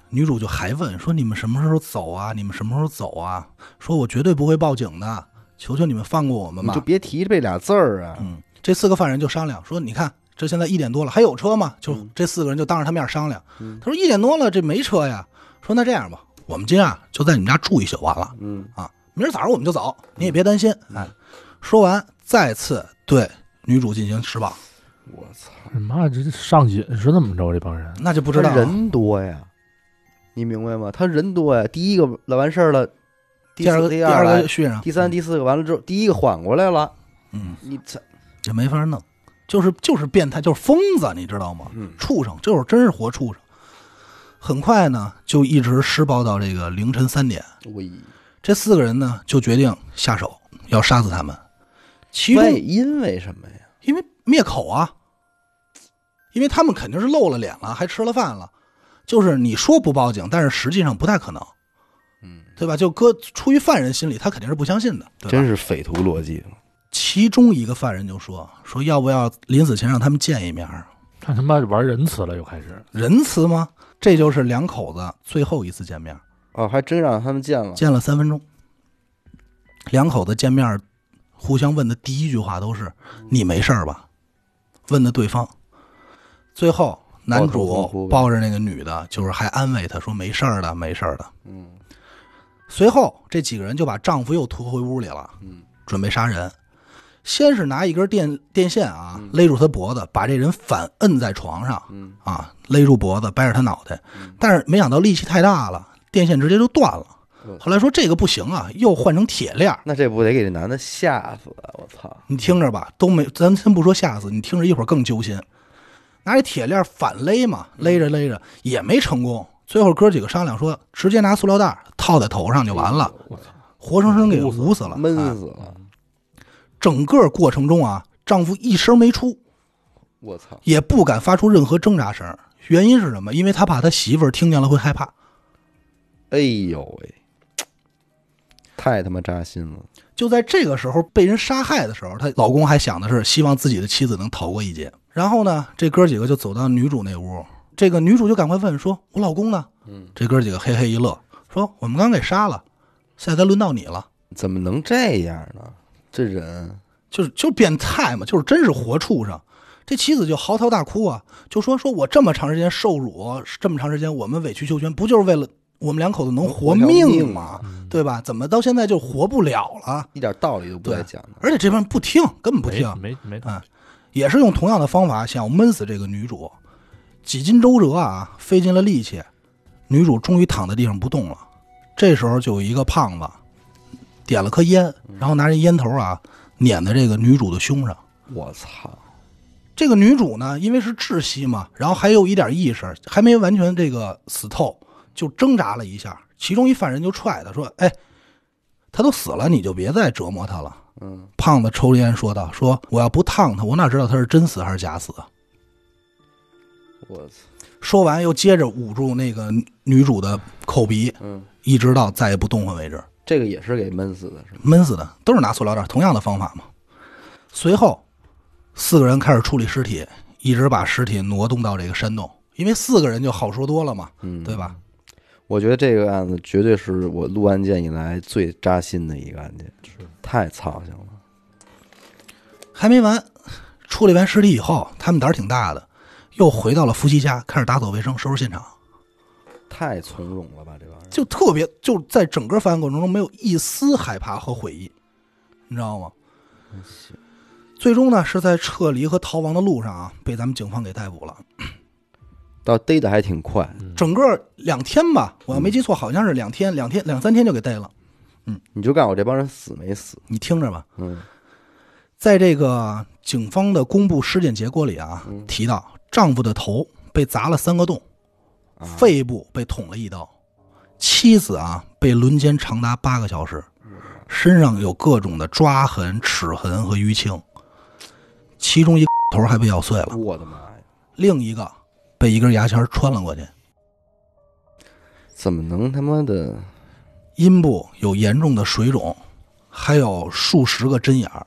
女主就还问说：“你们什么时候走啊？你们什么时候走啊？”说：“我绝对不会报警的，求求你们放过我们
你
吧。”
就别提这俩字儿啊。
嗯，这四个犯人就商量说：“你看，这现在一点多了，还有车吗？”就这四个人就当着他面商量。
嗯
他说：“一点多了，这没车呀。”说：“那这样吧，我们今天啊就在你们家住一宿完了
嗯
啊，明儿早上我们就走，你也别担心。”哎，说完再次对女主进行施暴，
我操，
什么这上瘾是怎么着？这帮人
那就
不
不知道了
人多呀，你明白吗？他人多呀，第一个来完事儿了，第
第二个嗯
四第
二
来
个，续上，
第三、第四个完了之后，第一个缓过来了，
嗯，
你这
这没法弄，就是就是变态，就是疯子，你知道吗？
嗯
畜生，这会儿真是活畜生。很快呢，就一直施暴到这个凌晨三点。
我以
这四个人呢，就决定下手，要杀死他们。其中，
为因为什么呀？
因为灭口啊，因为他们肯定是露了脸了，还吃了饭了。就是你说不报警，但是实际上不太可能，
嗯，
对吧？就搁出于犯人心里，他肯定是不相信的，对吧？
真是匪徒逻辑。
其中一个犯人就说：“说要不要临死前让他们见一面啊？
看他妈玩仁慈了，又开始
仁慈吗？”这就是两口子最后一次见面，
哦，还真让他们见了。
见了三分钟。两口子见面，互相问的第一句话都是“你没事儿吧？”问的对方。最后，男
抱头痛
主
哭呗
抱着那个女的，就是还安慰她说：“没事儿的，没事儿的。
嗯”
随后，这几个人就把丈夫又拖回屋里了，
嗯
准备杀人。先是拿一根电电线啊
嗯
勒住他脖子，把这人反摁在床上
嗯
啊，勒住脖子，掰着他脑袋
嗯。
但是没想到力气太大了，电线直接就断了
嗯。
后来说这个不行啊，又换成铁链儿
那这不得给这男的吓死啊！我操，
你听着吧，都没，咱先不说吓死，你听着一会儿更揪心。拿这铁链反勒嘛，勒着勒着也没成功。最后哥几个商量说，直接拿塑料袋套在头上就完了，
我操，
活生生给
捂死了
捂死了，
闷
哎
死了！
整个过程中啊，丈夫一声没出，
我操，
也不敢发出任何挣扎声。原因是什么？因为他怕他媳妇儿听见了会害怕。
哎呦喂，太他妈扎心了！
就在这个时候被人杀害的时候，她老公还想的是希望自己的妻子能逃过一劫。然后呢，这哥几个就走到女主那屋，这个女主就赶快问说：“我老公呢？”
嗯，
这哥几个嘿嘿一乐，说：“我们刚给杀了，现在轮到你了。
怎么能这样呢？这人，”
就是就是变态嘛，就是真是活畜生。这妻子就嚎啕大哭啊，就说：“说我这么长时间受辱，这么长时间我们委曲求全，不就是为了我们两口子能活嗯
能活条
命
命
吗？对吧？怎么到现在就活不了了？
一点道理都不带
对
讲的。
而且这帮人不听，根本不
没
听。
没没
啊也是用同样的方法想要闷死这个女主。几经周折啊，费尽了力气，女主终于躺在地上不动了。这时候就有一个胖子点了颗烟，然后拿这烟头啊捻在这个女主的胸上。
我操，
这个女主呢，因为是窒息嘛，然后还有一点意识，还没完全这个死透，就挣扎了一下。其中一犯人就踹她说：“哎，她都死了，你就别再折磨她了。”
嗯，
胖子抽着烟说道：“说我要不烫她，我哪知道她是真死还是假死啊？”
我操，
说完又接着捂住那个女女主的口鼻，
嗯，
一直到再也不动弹为止，
这个也是给闷死的，是吗？
闷死的，都是拿塑料袋，同样的方法嘛。随后，四个人开始处理尸体，一直把尸体挪动到这个山洞，因为四个人就好说多了嘛，
嗯，
对吧？
我觉得这个案子绝对是我录案件以来最扎心的一个案件，
是
太操心了。
还没完，处理完尸体以后，他们胆儿挺大的，又回到了夫妻家，开始打扫卫生、收拾现场，
太从容了吧，这玩意儿！
就特别就在整个犯案过程中没有一丝害怕和悔意，你知道吗？
行
最终呢，是在撤离和逃亡的路上啊，被咱们警方给逮捕了。
倒逮的还挺快，
整个两天吧，我要没记错，好像是两天，两天两三天就给逮了。
你就告诉我这帮人死没死？
你听着吧，
嗯，
在这个警方的公布尸检结果里啊，提到丈夫的头被砸了三个洞，
啊
肺部被捅了一刀，妻子啊被轮奸长达八个小时，身上有各种的抓痕、齿痕和淤青，其中一个头还被咬碎了。
啊我的妈呀，
另一个被一根牙签穿了过去，
怎么能他妈的？
阴部有严重的水肿，还有数十个针眼儿，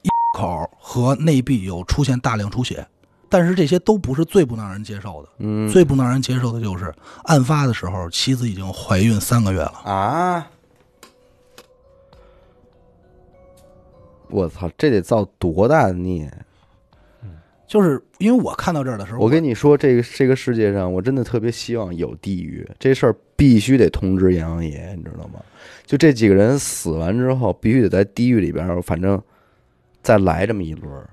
一口和内壁有出现大量出血。但是这些都不是最不能让人接受的，
嗯
最不能让人接受的就是案发的时候妻子已经怀孕三个月了。
啊！我操，这得造多大的孽！
就是因为我看到这儿的时候，
我跟你说，这个这个世界上，我真的特别希望有地狱这事儿，必须得通知阎王爷，你知道吗？就这几个人死完之后，必须得在地狱里边儿，反正再来这么一轮儿，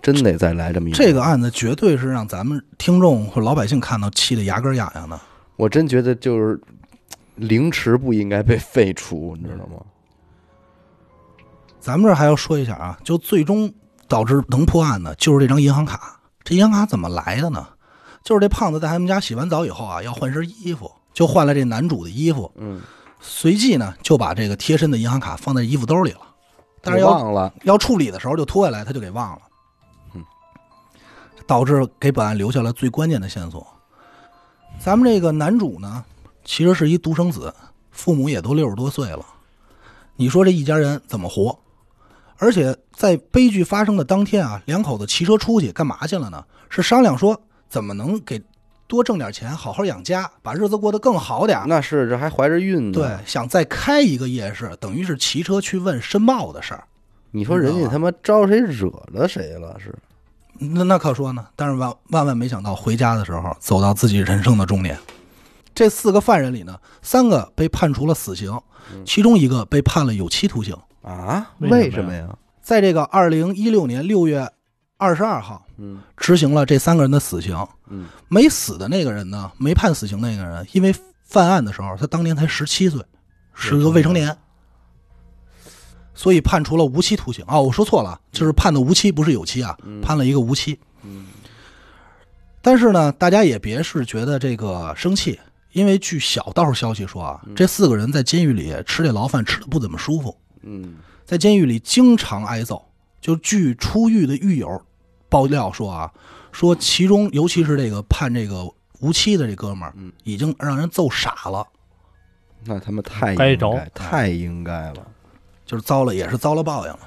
真得再来这么一轮儿。
这个案子绝对是让咱们听众或老百姓看到气得牙根痒痒的。
我真觉得就是凌迟不应该被废除，你知道吗？
咱们这儿还要说一下啊，就最终导致能破案的，就是这张银行卡。这银行卡怎么来的呢？就是这胖子在他们家洗完澡以后啊，要换身衣服，就换了这男主的衣服，
嗯，
随即呢就把这个贴身的银行卡放在衣服兜里了。但是
我
要
忘了，
要处理的时候就脱下来，他就给忘了，
嗯，
导致给本案留下了最关键的线索。咱们这个男主呢，其实是一独生子，父母也都六十多岁了，你说这一家人怎么活？而且在悲剧发生的当天啊，两口子骑车出去干嘛去了呢？是商量说怎么能给多挣点钱，好好养家，把日子过得更好点儿。
那是这还怀着孕呢。
啊对，，想再开一个夜市，等于是骑车去问申报的事儿。
你说人家他妈招谁惹了谁了？是
那那可说呢，但是万万万没想到，回家的时候走到自己人生的终点。这四个犯人里呢，三个被判处了死刑，其中一个被判了有期徒刑。
啊？
为
什
什
么
么
呀？
在这个二零一六年六月二十二号
嗯
执行了这三个人的死刑。
嗯，
没死的那个人呢，没判死刑那个人，因为犯案的时候他当年才十七岁，是个未成年，所以判处了无期徒刑啊、我说错了，就是判的无期，不是有期啊，判了一个无期。
嗯
但是呢，大家也别是觉得这个生气，因为据小道消息说啊，这四个人在监狱里吃这牢饭吃的不怎么舒服，
嗯
在监狱里经常挨揍。就据出狱的狱友爆料说啊，说其中尤其是这个判这个无期的这哥们儿
嗯，
已经让人揍傻了，
那他们太应
该着
太应该了。
就是遭了也是遭了报应了。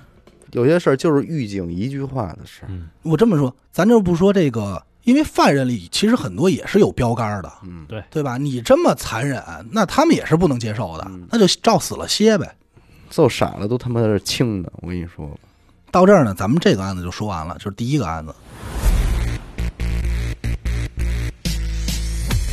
有些事儿就是狱警一句话的事儿。
嗯，
我这么说，咱就不说这个，因为犯人里其实很多也是有标杆的，
嗯
对
对吧？你这么残忍，那他们也是不能接受的，
嗯
那就照死了歇呗。
揍傻了都他妈是轻的，我跟你说。
到这儿呢，咱们这个案子就说完了，就是第一个案子。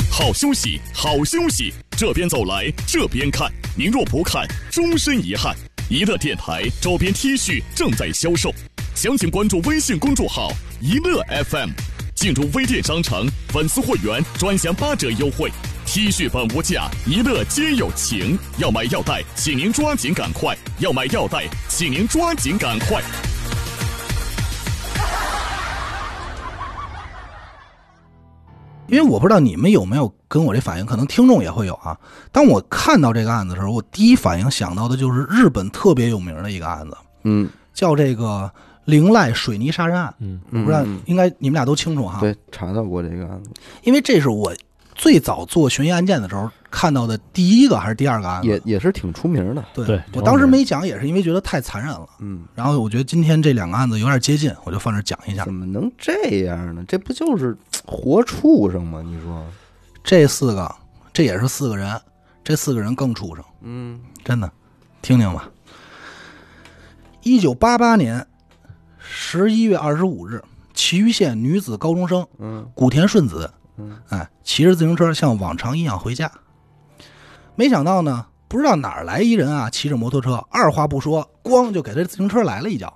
好休息，好休息，这边走来这边看，您若不看，终身遗憾。一乐电台周边 T 恤正在销售，详情关注微信公众号“一乐 FM”，进入微店商城，粉丝会员专享八折优惠。T 恤本无价，一乐皆有情。要买要带，请您抓紧赶快；要买要带，请您抓紧赶快。
因为我不知道你们有没有跟我这反应，可能听众也会有啊。当我看到这个案子的时候，我第一反应想到的就是日本特别有名的一个案子，
嗯，
叫这个凌濑水泥杀人案。
嗯，
我不知道
嗯，嗯
应该你们俩都清楚哈。，
对，查到过这个案子，
因为这是我最早做悬疑案件的时候看到的第一个还是第二个案
也
子。
也是挺出名的。
对，
对
我当时没讲，也是因为觉得太残忍了。
嗯，
然后我觉得今天这两个案子有点接近，我就放这儿讲一下
怎。么能这样呢？这不就是活畜生吗？你说，
这四个，这也是四个人，这四个人更畜生。
嗯
真的，听听吧。一九八八年十一月二十五日，祁盂县女子高中生
嗯
古田顺子
嗯，
哎，骑着自行车像往常一样回家。没想到呢，不知道哪儿来一人啊，骑着摩托车，二话不说，咣就给他自行车来了一脚，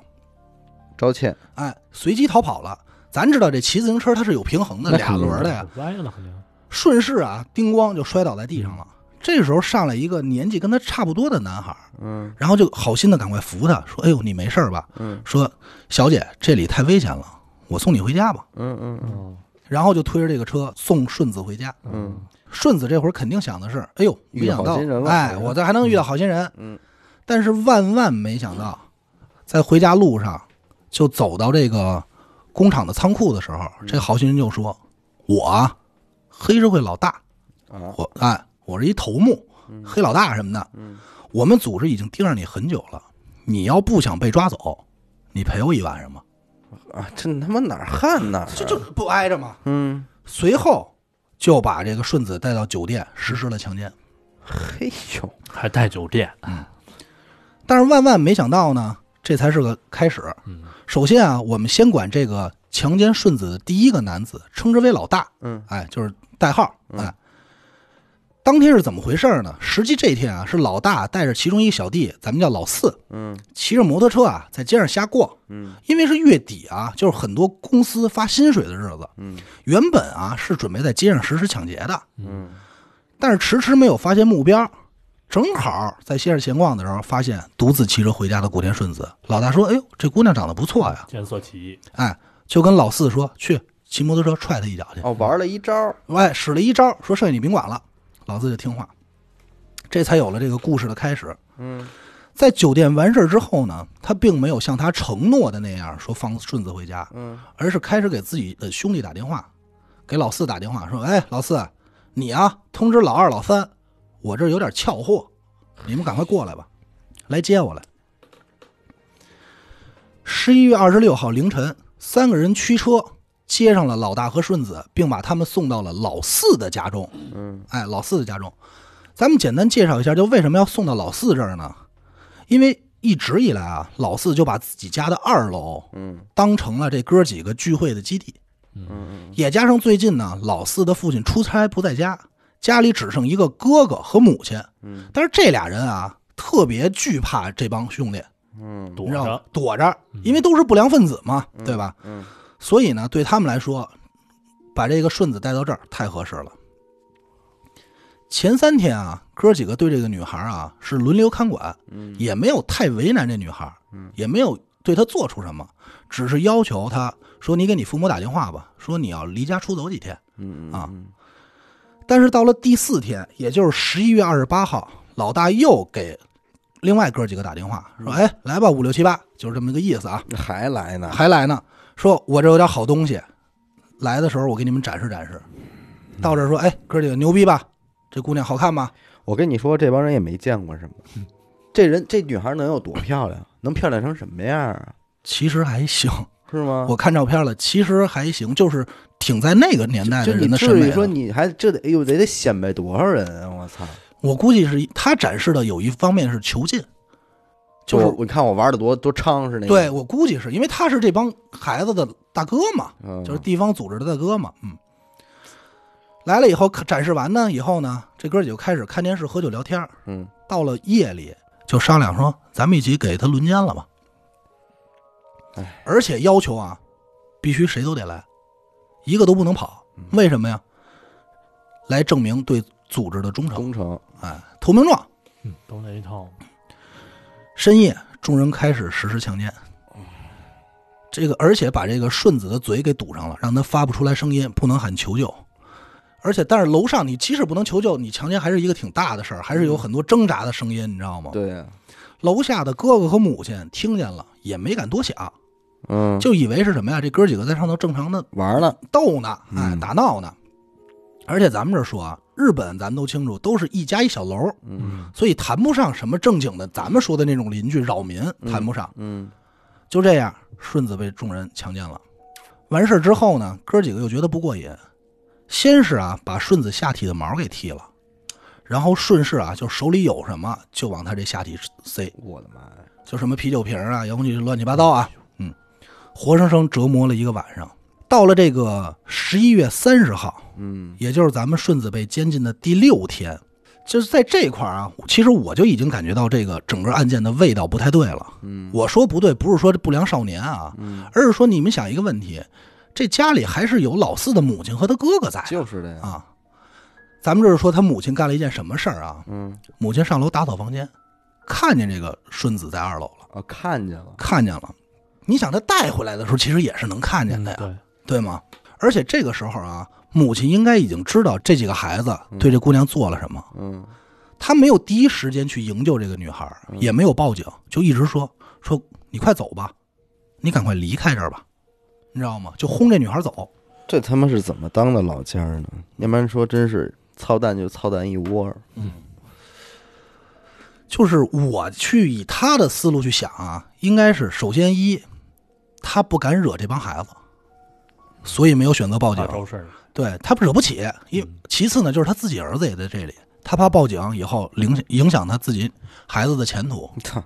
招歉，
哎，随即逃跑了。咱知道这骑自行车它是有平衡的，
那
俩
肯定
轮儿的呀，
嗯歪了肯定。
顺势啊，叮咣就摔倒在地上
嗯
了。这时候上来一个年纪跟他差不多的男孩儿，
嗯
然后就好心的赶快扶他，说：“哎呦，你没事儿吧？”
嗯
说：“小姐，这里太危险了，我送你回家吧。
嗯嗯嗯
嗯”
然后就推着这个车送顺子回家。
嗯，
顺子这会儿肯定想的是：“哎呦，
遇
没
到
想到
好心人，了
哎，我这还能遇到好心人。”
嗯，
但是万万没想到，在回家路上就走到这个工厂的仓库的时候，这好心人就说：“我啊黑社会老大，
啊，嗯
我哎，我是一头目，黑老大什么的。我们组织已经盯上你很久了，你要不想被抓走，你赔我一万什么？
啊，这他妈哪儿焊哪儿啊？
这就不挨着吗？
嗯，
随后就把这个顺子带到酒店实施了强奸。
嘿哎呦，
还带酒店，
但是万万没想到呢，这才是个开始。
嗯
首先啊，我们先管这个强奸顺子的第一个男子，称之为老大，
嗯，
哎，就是代号，哎。当天是怎么回事呢？实际这天啊，是老大带着其中一小弟，咱们叫老四，
嗯
骑着摩托车啊，在街上瞎逛。
嗯，
因为是月底啊，就是很多公司发薪水的日子。
嗯，
原本啊是准备在街上实施抢劫的，
嗯，
但是迟迟没有发现目标。正好在街上闲逛的时候，发现独自骑车回家的古田顺子。老大说：“哎呦，这姑娘长得不错呀！”
见色起意，
哎，就跟老四说：“去骑摩托车踹她一脚去。”
哦，玩了一招儿，
哎，使了一招，说剩下你甭管了，老子就听话。这才有了这个故事的开始。
嗯，
在酒店完事儿之后呢，他并没有像他承诺的那样说放顺子回家，
嗯，
而是开始给自己的兄弟打电话，给老四打电话说：“哎，老四，你啊，通知老二、老三，我这儿有点俏货，你们赶快过来吧，来接我来。”十一月二十六号凌晨，三个人驱车接上了老大和顺子，并把他们送到了老四的家中。
嗯，
哎，老四的家中，咱们简单介绍一下，就为什么要送到老四这儿呢？因为一直以来啊，老四就把自己家的二楼，
嗯，
当成了这哥几个聚会的基地。嗯，也加上最近呢，老四的父亲出差不在家，家里只剩一个哥哥和母亲。嗯，但是这俩人啊，特别惧怕这帮兄弟，
嗯
躲
让
着，
躲着，因为都是不良分子嘛，
嗯
对吧？
嗯，
所以呢，对他们来说，把这个顺子带到这儿太合适了。前三天啊，哥几个对这个女孩啊是轮流看管，
嗯
也没有太为难这女孩，也没有对她做出什么，只是要求她说：“你给你父母打电话吧，说你要离家出走几天。
嗯
啊
嗯”
但是到了第四天，也就是十一月二十八号，老大又给另外哥几个打电话说：“哎，来吧，五六七八，就是这么个意思啊。”
还来呢，
还来呢，说我这有点好东西，来的时候我给你们展示展示。
嗯
到这儿说，哎，哥几个牛逼吧？这姑娘好看吗？
我跟你说，这帮人也没见过什么，这人这女孩能有多漂亮？能漂亮成什么样啊？
其实还行，
是吗？
我看照片了，其实还行，就是挺在那个年代
就
的人
你
的审
至于
美
说
的。
你还这得哎呦得得显摆多少人啊！我操！
我估计是他展示的有一方面是囚禁，就是
我你看我玩的多多猖是那个，
对，我估计是因为他是这帮孩子的大哥嘛，
嗯
就是地方组织的大哥嘛，嗯。来了以后看展示完呢，以后呢，这哥几个开始看电视、喝酒、聊天儿
嗯，
到了夜里就商量说，咱们一起给他轮奸了吧。
哎
而且要求啊，必须谁都得来，一个都不能跑。
嗯
为什么呀？来证明对组织的忠诚。
工程，
哎，投名状。
嗯，都那一套。
深夜，众人开始实施强奸。这个，而且把这个顺子的嘴给堵上了，让他发不出来声音，不能喊求救。而且，但是楼上你即使不能求救，你强奸还是一个挺大的事儿，还是有很多挣扎的声音，你知道吗？
嗯对啊呀，
楼下的哥哥和母亲听见了，也没敢多想，
嗯，
就以为是什么呀？这哥几个在上头正常的
玩了，
斗呢，哎
嗯，
打闹呢。而且咱们这儿说啊，日本咱们都清楚，都是一家一小楼，
嗯
所以谈不上什么正经的，咱们说的那种邻居扰民，谈不上。
嗯
就这样，顺子被众人强奸了。完事儿之后呢，哥几个又觉得不过瘾，先是啊把顺子下体的毛给剃了，然后顺势啊就手里有什么就往他这下体塞，
我的妈呀，
就什么啤酒瓶儿啊、遥控器乱七八糟啊，嗯，活生生折磨了一个晚上。到了这个十一月三十号，
嗯
也就是咱们顺子被监禁的第六天，就是在这一块儿啊，其实我就已经感觉到这个整个案件的味道不太对了。
嗯，
我说不对，不是说这不良少年啊，
嗯，
而是说你们想一个问题，这家里还是有老四的母亲和他哥哥在
就是的呀，
啊。咱们这是说他母亲干了一件什么事儿啊？
嗯
母亲上楼打扫房间，看见这个顺子在二楼了，
啊，看见了，
看见了。你想他带回来的时候，其实也是能看见
嗯
的呀，
对，
对吗？而且这个时候啊，母亲应该已经知道这几个孩子对这姑娘做了什么，
嗯
她没有第一时间去营救这个女孩，也没有报警，就一直说说你快走吧，你赶快离开这儿吧，你知道吗？就轰这女孩走。
这他妈是怎么当的老家儿呢？要不然说真是操蛋就操蛋一窝儿，
就是我去以她的思路去想啊，应该是首先一，她不敢惹这帮孩子，所以没有选择报警
怕，招事儿。
对她惹不起。因其次呢，就是她自己儿子也在这里，她怕报警以后影影响她自己孩子的前途。
操，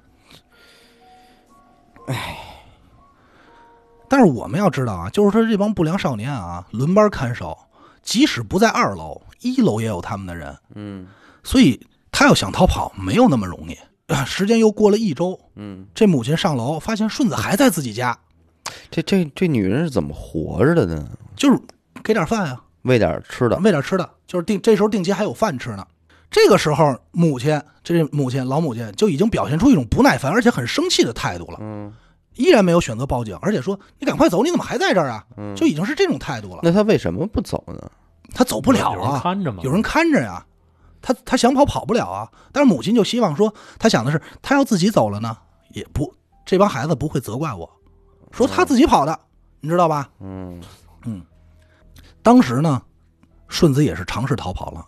但是我们要知道啊，就是说这帮不良少年啊，轮班看守，即使不在二楼，一楼也有他们的人，
嗯
所以他要想逃跑没有那么容易。 啊时间又过了一周，
嗯，
这母亲上楼发现顺子还在自己家，
这这这女人是怎么活着的呢？
就是给点饭啊，
喂点儿吃的，
喂点吃的，就是定这时候定期还有饭吃呢。这个时候，母亲这母亲老母亲就已经表现出一种不耐烦而且很生气的态度了，
嗯，
依然没有选择报警，而且说你赶快走，你怎么还在这儿啊？
嗯
就已经是这种态度了，
那她为什么不走呢？
他走不了
有
啊
人，看着嘛，
有人看着呀，他他想跑跑不了啊。但是母亲就希望说，他想的是，他要自己走了呢，也不这帮孩子不会责怪我，说他自己跑的，你知道吧？
嗯
当时呢，顺子也是尝试逃跑了，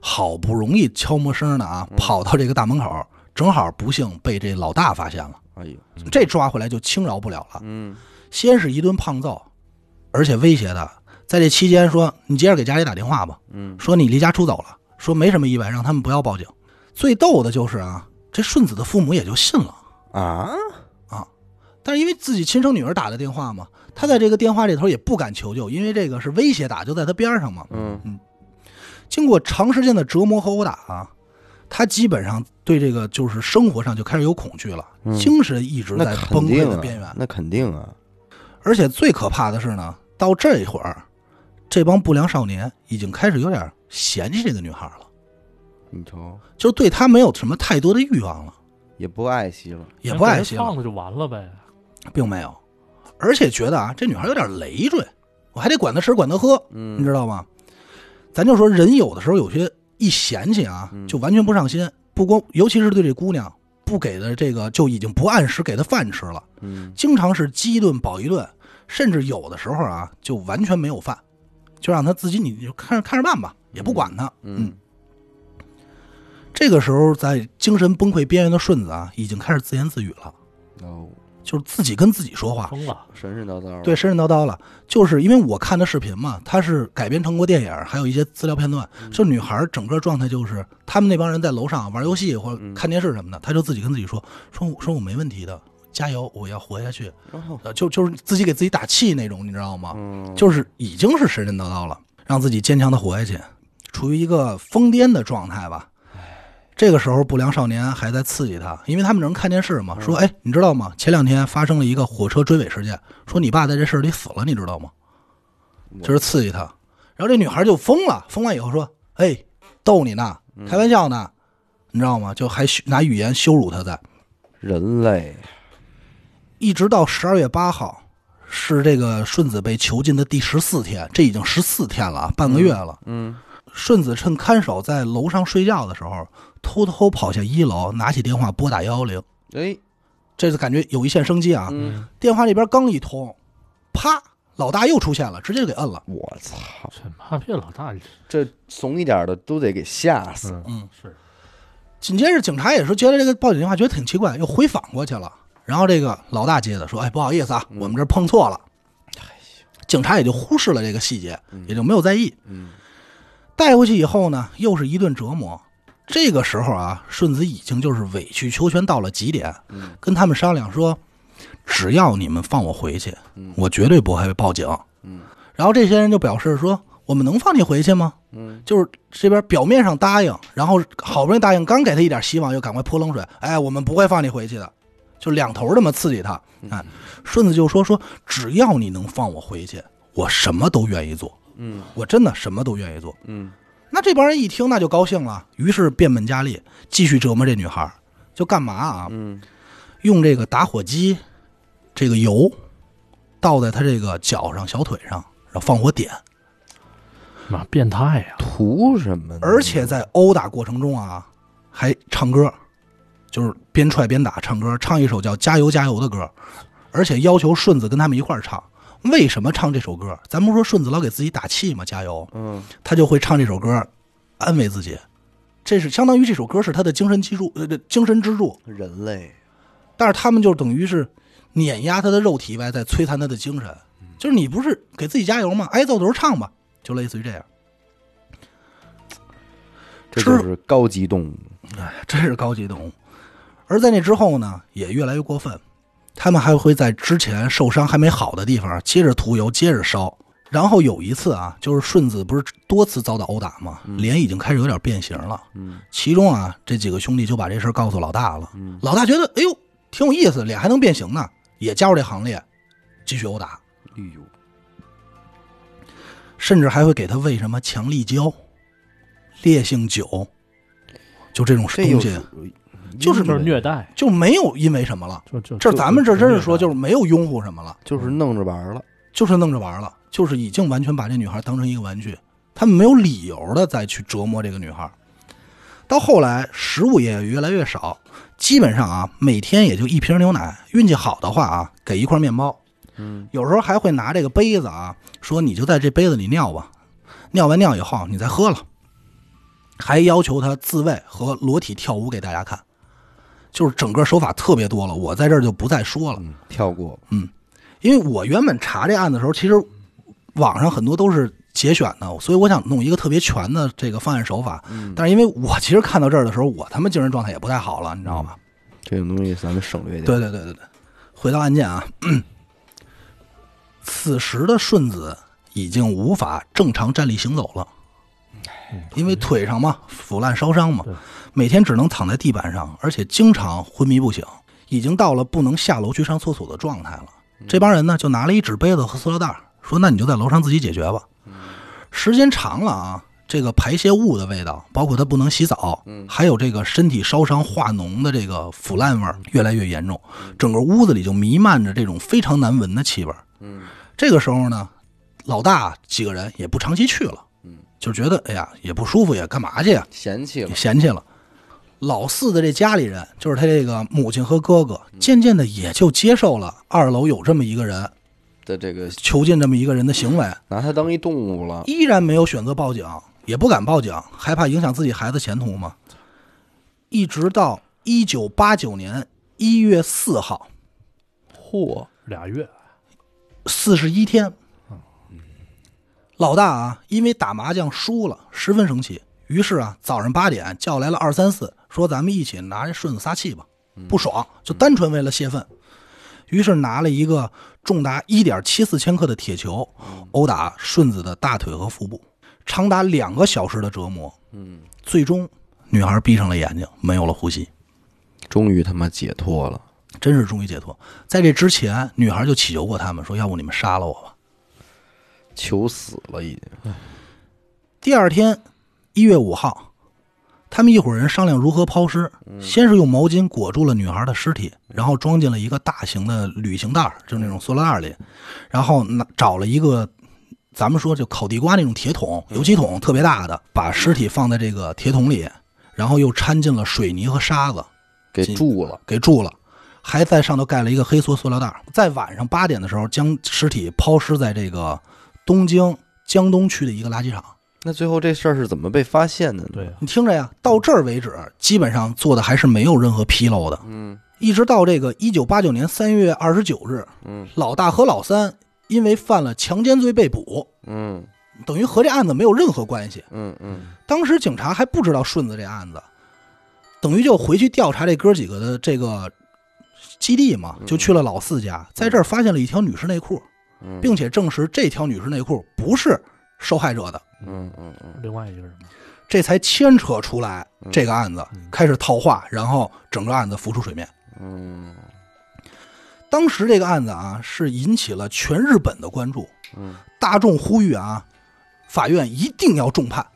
好不容易悄没声的
嗯
啊，跑到这个大门口，正好不幸被这老大发现了，
哎呦，
嗯
这抓回来就轻饶不了了，
嗯
先是一顿胖揍，而且威胁他。在这期间说，你接着给家里打电话吧，
嗯，
说你离家出走了，说没什么意外，让他们不要报警。最逗的就是啊，这顺子的父母也就信了，
啊，
但是因为自己亲生女儿打的电话嘛，他在这个电话这头也不敢求救，因为这个是威胁打，就在他边上嘛。
嗯
经过长时间的折磨和殴打啊，他基本上对这个就是生活上就开始有恐惧了，
嗯
精神一直
那
在
肯
崩溃
定
的
啊
边缘。
那肯定啊，
而且最可怕的是呢，到这会儿，这帮不良少年已经开始有点嫌弃这个女孩了，
你瞅
就是对她没有什么太多的欲望了，
也不爱惜了，
也不爱惜了
放，了就完了呗。
并没有，而且觉得啊，这女孩有点累赘，我还得管她吃管她喝，你
嗯
知道吗？咱就说人有的时候有些一嫌弃啊，就完全不上心，不光尤其是对这姑娘不给的这个就已经不按时给她饭吃了，
嗯，
经常是饥一顿饱一顿，甚至有的时候啊就完全没有饭，就让她自己你就看着看着办吧，也不管她。
嗯，
这个时候在精神崩溃边缘的顺子啊，已经开始自言自语了，
哦，
就是自己跟自己说话，
疯了，
神神叨叨，
对，，神神叨叨了，就是因为我看的视频嘛，它是改编成过电影，还有一些资料片段。就女孩整个状态就是，他们那帮人在楼上玩游戏或者看电视什么的，她就自己跟自己说说我说我没问题的，加油，我要活下去，
然后
呃，就就是自己给自己打气那种，你知道吗？
嗯，
就是已经是神神叨叨了，让自己坚强的活下去，处于一个疯癫的状态吧。这个时候，不良少年还在刺激他，因为他们能看电视嘛，说：“哎，你知道吗？前两天发生了一个火车追尾事件，说你爸在这事儿里死了，你知道吗？”就是刺激他。然后这女孩就疯了，疯完以后说：“哎，逗你呢，开玩笑呢，你知道吗？”就还羞拿语言羞辱他在。
人类，
一直到十二月八号，是这个顺子被囚禁的第十四天，这已经十四天了啊，半个月了。
嗯，
顺子趁看守在楼上睡觉的时候，偷偷跑下一楼，拿起电话拨打幺幺零。
哎，
这次感觉有一线生机啊！
嗯，
电话那边刚一通，啪，老大又出现了，直接就给摁了。
我操，
这妈逼老大，
这怂一点的都得给吓死，
嗯
嗯
是
紧接着警察也是觉得这个报警电话觉得挺奇怪，又回访过去了。然后这个老大接的说：“哎，不好意思啊，
嗯
我们这儿碰错了。”
哎
警察也就忽视了这个细节，也就没有在意。
嗯，
带回去以后呢，又是一顿折磨。这个时候啊，顺子已经就是委曲求全到了极点，
嗯
跟他们商量说，只要你们放我回去，我绝对不会报警。
嗯，
然后这些人就表示说，我们能放你回去吗？
嗯，
就是这边表面上答应，然后好不容易答应，刚给他一点希望，又赶快泼冷水，哎，我们不会放你回去的，就两头这么刺激他。
嗯
哎，顺子就说说，只要你能放我回去，我什么都愿意做。
嗯，
我真的什么都愿意做。
嗯，
那这帮人一听，那就高兴了，于是变本加厉，继续折磨这女孩儿，就干嘛啊？
嗯，
用这个打火机，这个油倒在她这个脚上、小腿上，然后放火点。
妈变态呀！
图什么呢？
而且在殴打过程中啊，还唱歌，就是边踹边打，唱歌，唱一首叫《加油加油》的歌，而且要求顺子跟他们一块儿唱。为什么唱这首歌？咱不说顺子老给自己打气吗？加油，
嗯，
他就会唱这首歌，安慰自己。这是相当于这首歌是他的精神支柱，呃，精神支柱。
人类，
但是他们就等于是碾压他的肉体以外，在摧残他的精神。就是你不是给自己加油吗？挨揍的时候唱吧，就类似于这样。
这就是高级动物，
真是高级动物。而在那之后呢，也越来越过分，他们还会在之前受伤还没好的地方接着涂油，接着烧。然后有一次啊，就是顺子不是多次遭到殴打吗？脸已经开始有点变形了。
嗯，
其中啊，这几个兄弟就把这事儿告诉老大了。老大觉得，哎呦，挺有意思，脸还能变形呢，也加入这行列，继续殴打，
哎呦，
甚至还会给他喂什么强力胶、烈性酒，就这种
这又
东西，
就是虐待，
就没有因为什么了。
就嗯就
这咱们这真是说，就是是没有拥护什么了，
就是弄着玩儿了，
就是弄着玩儿了，就是已经完全把这女孩当成一个玩具，他们没有理由的再去折磨这个女孩。到后来，食物也越来越少，基本上啊，每天也就一瓶牛奶，运气好的话啊，给一块面包。
嗯，
有时候还会拿这个杯子啊，说你就在这杯子里尿吧，尿完尿以后你再喝了。还要求他自慰和裸体跳舞给大家看，就是整个手法特别多了，我在这儿就不再说了。
嗯，跳过，
因为我原本查这案子的时候，其实网上很多都是节选的，所以我想弄一个特别全的这个犯案手法。但是因为我其实看到这儿的时候，我他妈精神状态也不太好了，你知道吗？
这种东西咱们省略掉，
对对对对对。回到案件啊， 此时的顺子已经无法正常站立行走了，因为腿上嘛腐烂烧伤嘛
对，
每天只能躺在地板上，而且经常昏迷不醒，已经到了不能下楼去上厕所的状态了。这帮人呢，就拿了一纸杯子和塑料袋儿，说：“那你就在楼上自己解决吧。”时间长了啊，这个排泄物的味道，包括他不能洗澡，
嗯
还有这个身体烧伤化脓的这个腐烂味儿越来越严重，整个屋子里就弥漫着这种非常难闻的气味。
嗯，
这个时候呢，老大几个人也不长期去了，
嗯，
就觉得哎呀也不舒服，也干嘛去呀？
嫌弃了
也，嫌弃了。老四的这家里人，就是他这个母亲和哥哥，
嗯
渐渐的也就接受了二楼有这么一个人
的这个
囚禁这么一个人的行为，
拿它当一动物了，
依然没有选择报警，也不敢报警，害怕影响自己孩子前途嘛。一直到一九八九年一月四号，
嚯，
俩月，
嗯四十一天。老大啊，因为打麻将输了，十分生气，于是啊，早上八点叫来了二三四，说咱们一起拿这顺子撒气吧，不爽，就单纯为了泄愤。于是拿了一个重达一点七四千克的铁球，殴打顺子的大腿和腹部，长达两个小时的折磨。
嗯，
最终，女孩闭上了眼睛，没有了呼吸，
终于他妈解脱了，
真是终于解脱。在这之前，女孩就祈求过他们说：“要不你们杀了我吧。”
求死了已经。
第二天，一月五号，他们一伙人商量如何抛尸。
嗯
先是用毛巾裹住了女孩的尸体，然后装进了一个大型的旅行袋儿，就是那种塑料袋儿里，然后拿找了一个。咱们说就烤地瓜那种铁桶、油漆桶特别大的，把尸体放在这个铁桶里，然后又掺进了水泥和沙子，
给
进
住了，
给住了，还在上头盖了一个黑塑塑料袋儿。在晚上八点的时候，将尸体抛尸在这个东京江东区的一个垃圾场。
那最后这事儿是怎么被发现的呢？
对，啊，
你听着呀，到这儿为止，基本上做的还是没有任何纰漏的。
嗯，
一直到这个一九八九年三月二十九日，
嗯，
老大和老三因为犯了强奸罪被捕，
嗯
等于和这案子没有任何关系。
嗯嗯，
当时警察还不知道顺子这案子，等于就回去调查这哥几个的这个基地嘛，就去了老四家，在这儿发现了一条女士内裤，
嗯
并且证实这条女士内裤不是受害者的，
嗯嗯嗯，
另外一个人嘛，
这才牵扯出来这个案子
嗯
开始套话，然后整个案子浮出水面。
嗯
当时这个案子啊，是引起了全日本的关注，
嗯，
大众呼吁啊，法院一定要重判，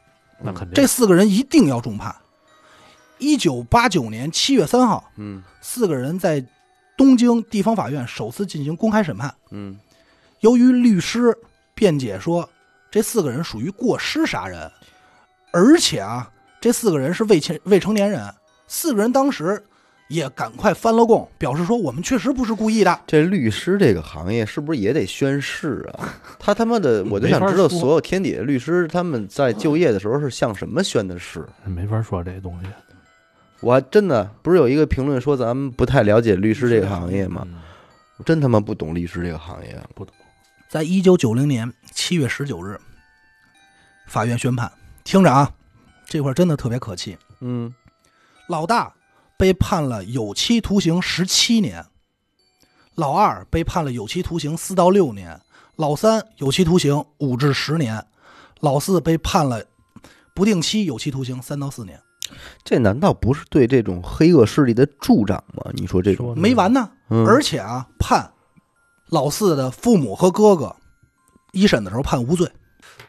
那肯定
嗯这四个人一定要重判。一九八九年七月三号，
嗯
四个人在东京地方法院首次进行公开审判。
嗯
由于律师辩解说，这四个人属于过失杀人，而且啊，这四个人是未成未成年人，四个人当时也赶快翻了供，表示说我们确实不是故意的。
这律师这个行业是不是也得宣誓啊？他他妈的，我就想知道
没法说
所有天底下律师他们在就业的时候是向什么宣的誓？
没法说这东西。
我还真的不是有一个评论说咱们不太了解律师这个行业吗？
嗯？
我真他妈不懂律师这个行业。
不懂，
在一九九零年七月十九日，法院宣判。听着啊，这块儿真的特别可气，
嗯，
老大被判了有期徒刑十七年，老二被判了有期徒刑四到六年，老三有期徒刑五至十年，老四被判了不定期有期徒刑三到四年。
这难道不是对这种黑恶势力的助长吗？你说这种
说，
没完呢，
嗯
而且啊，判老四的父母和哥哥，一审的时候判无罪。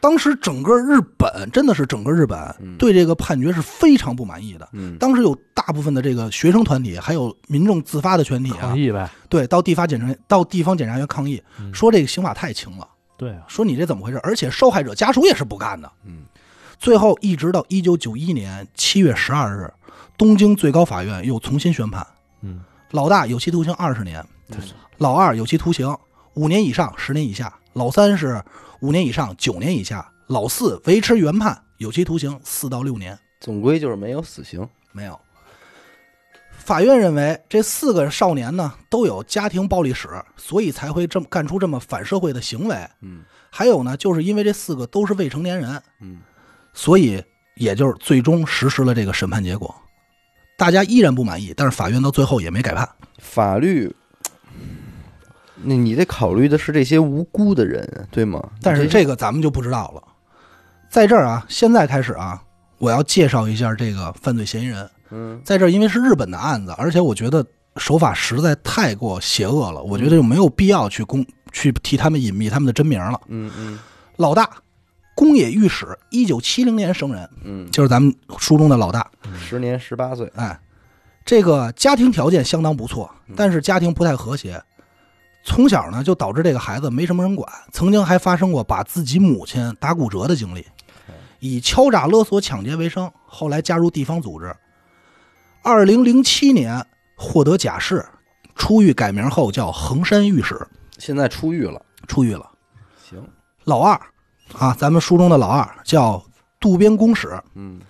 当时整个日本真的是整个日本对这个判决是非常不满意的。
嗯
当时有大部分的这个学生团体，还有民众自发的群体啊
抗，议呗，
对，到地方检察到地方检察院抗议，
嗯
说这个刑法太轻了，
对啊，
说你这怎么回事？而且受害者家属也是不干的。
嗯，
最后一直到一九九一年七月十二日，东京最高法院又重新宣判，
嗯，
老大有期徒刑二十年，老二有期徒刑五年以上十年以下，老三是五年以上九年以下，老四维持原判，有期徒刑四到六年。
总归就是没有死刑。
没有。法院认为这四个少年呢都有家庭暴力史，所以才会这么干出这么反社会的行为。
嗯
还有呢，就是因为这四个都是未成年人，
嗯
所以也就是最终实施了这个审判结果。大家依然不满意，但是法院到最后也没改判。
法律，那你得考虑的是这些无辜的人，对吗？
但是
你
这个咱们就不知道了。在这儿啊，现在开始啊，我要介绍一下这个犯罪嫌疑人。
嗯，
在这儿因为是日本的案子，而且我觉得手法实在太过邪恶了，我觉得
嗯
就没有必要去公去替他们隐秘他们的真名了。
嗯嗯
老大，宫野御史，一九七零年生人，
嗯，
就是咱们书中的老大。
十年十八岁，
哎，这个家庭条件相当不错，但是家庭不太和谐。从小呢，就导致这个孩子没什么人管。曾经还发生过把自己母亲打骨折的经历，以敲诈勒索、抢劫为生。后来加入地方组织。二零零七年获得假释，出狱改名后叫横山御史，
现在出狱了，
出狱了。
行，
老二啊，咱们书中的老二叫渡边公使，
嗯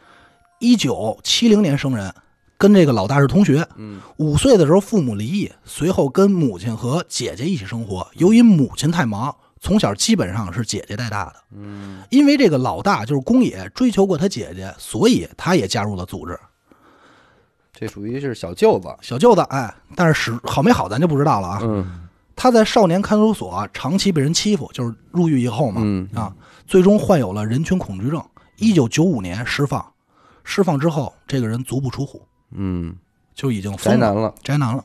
一九七零年生人，跟这个老大是同学。
嗯
五岁的时候父母离异，随后跟母亲和姐姐一起生活。由于母亲太忙，从小基本上是姐姐带大的。
嗯，
因为这个老大就是宫野追求过他姐姐，所以他也加入了组织。
这属于是小舅子，啊
小舅子，哎，但是使好没好咱就不知道了啊。
嗯
他在少年看守所长期被人欺负，就是入狱以后嘛，
嗯
啊，最终患有了人群恐惧症。一九九五年释放，释放之后，这个人足不出户，
嗯，
就已经
宅
疯了
男了，
宅男了。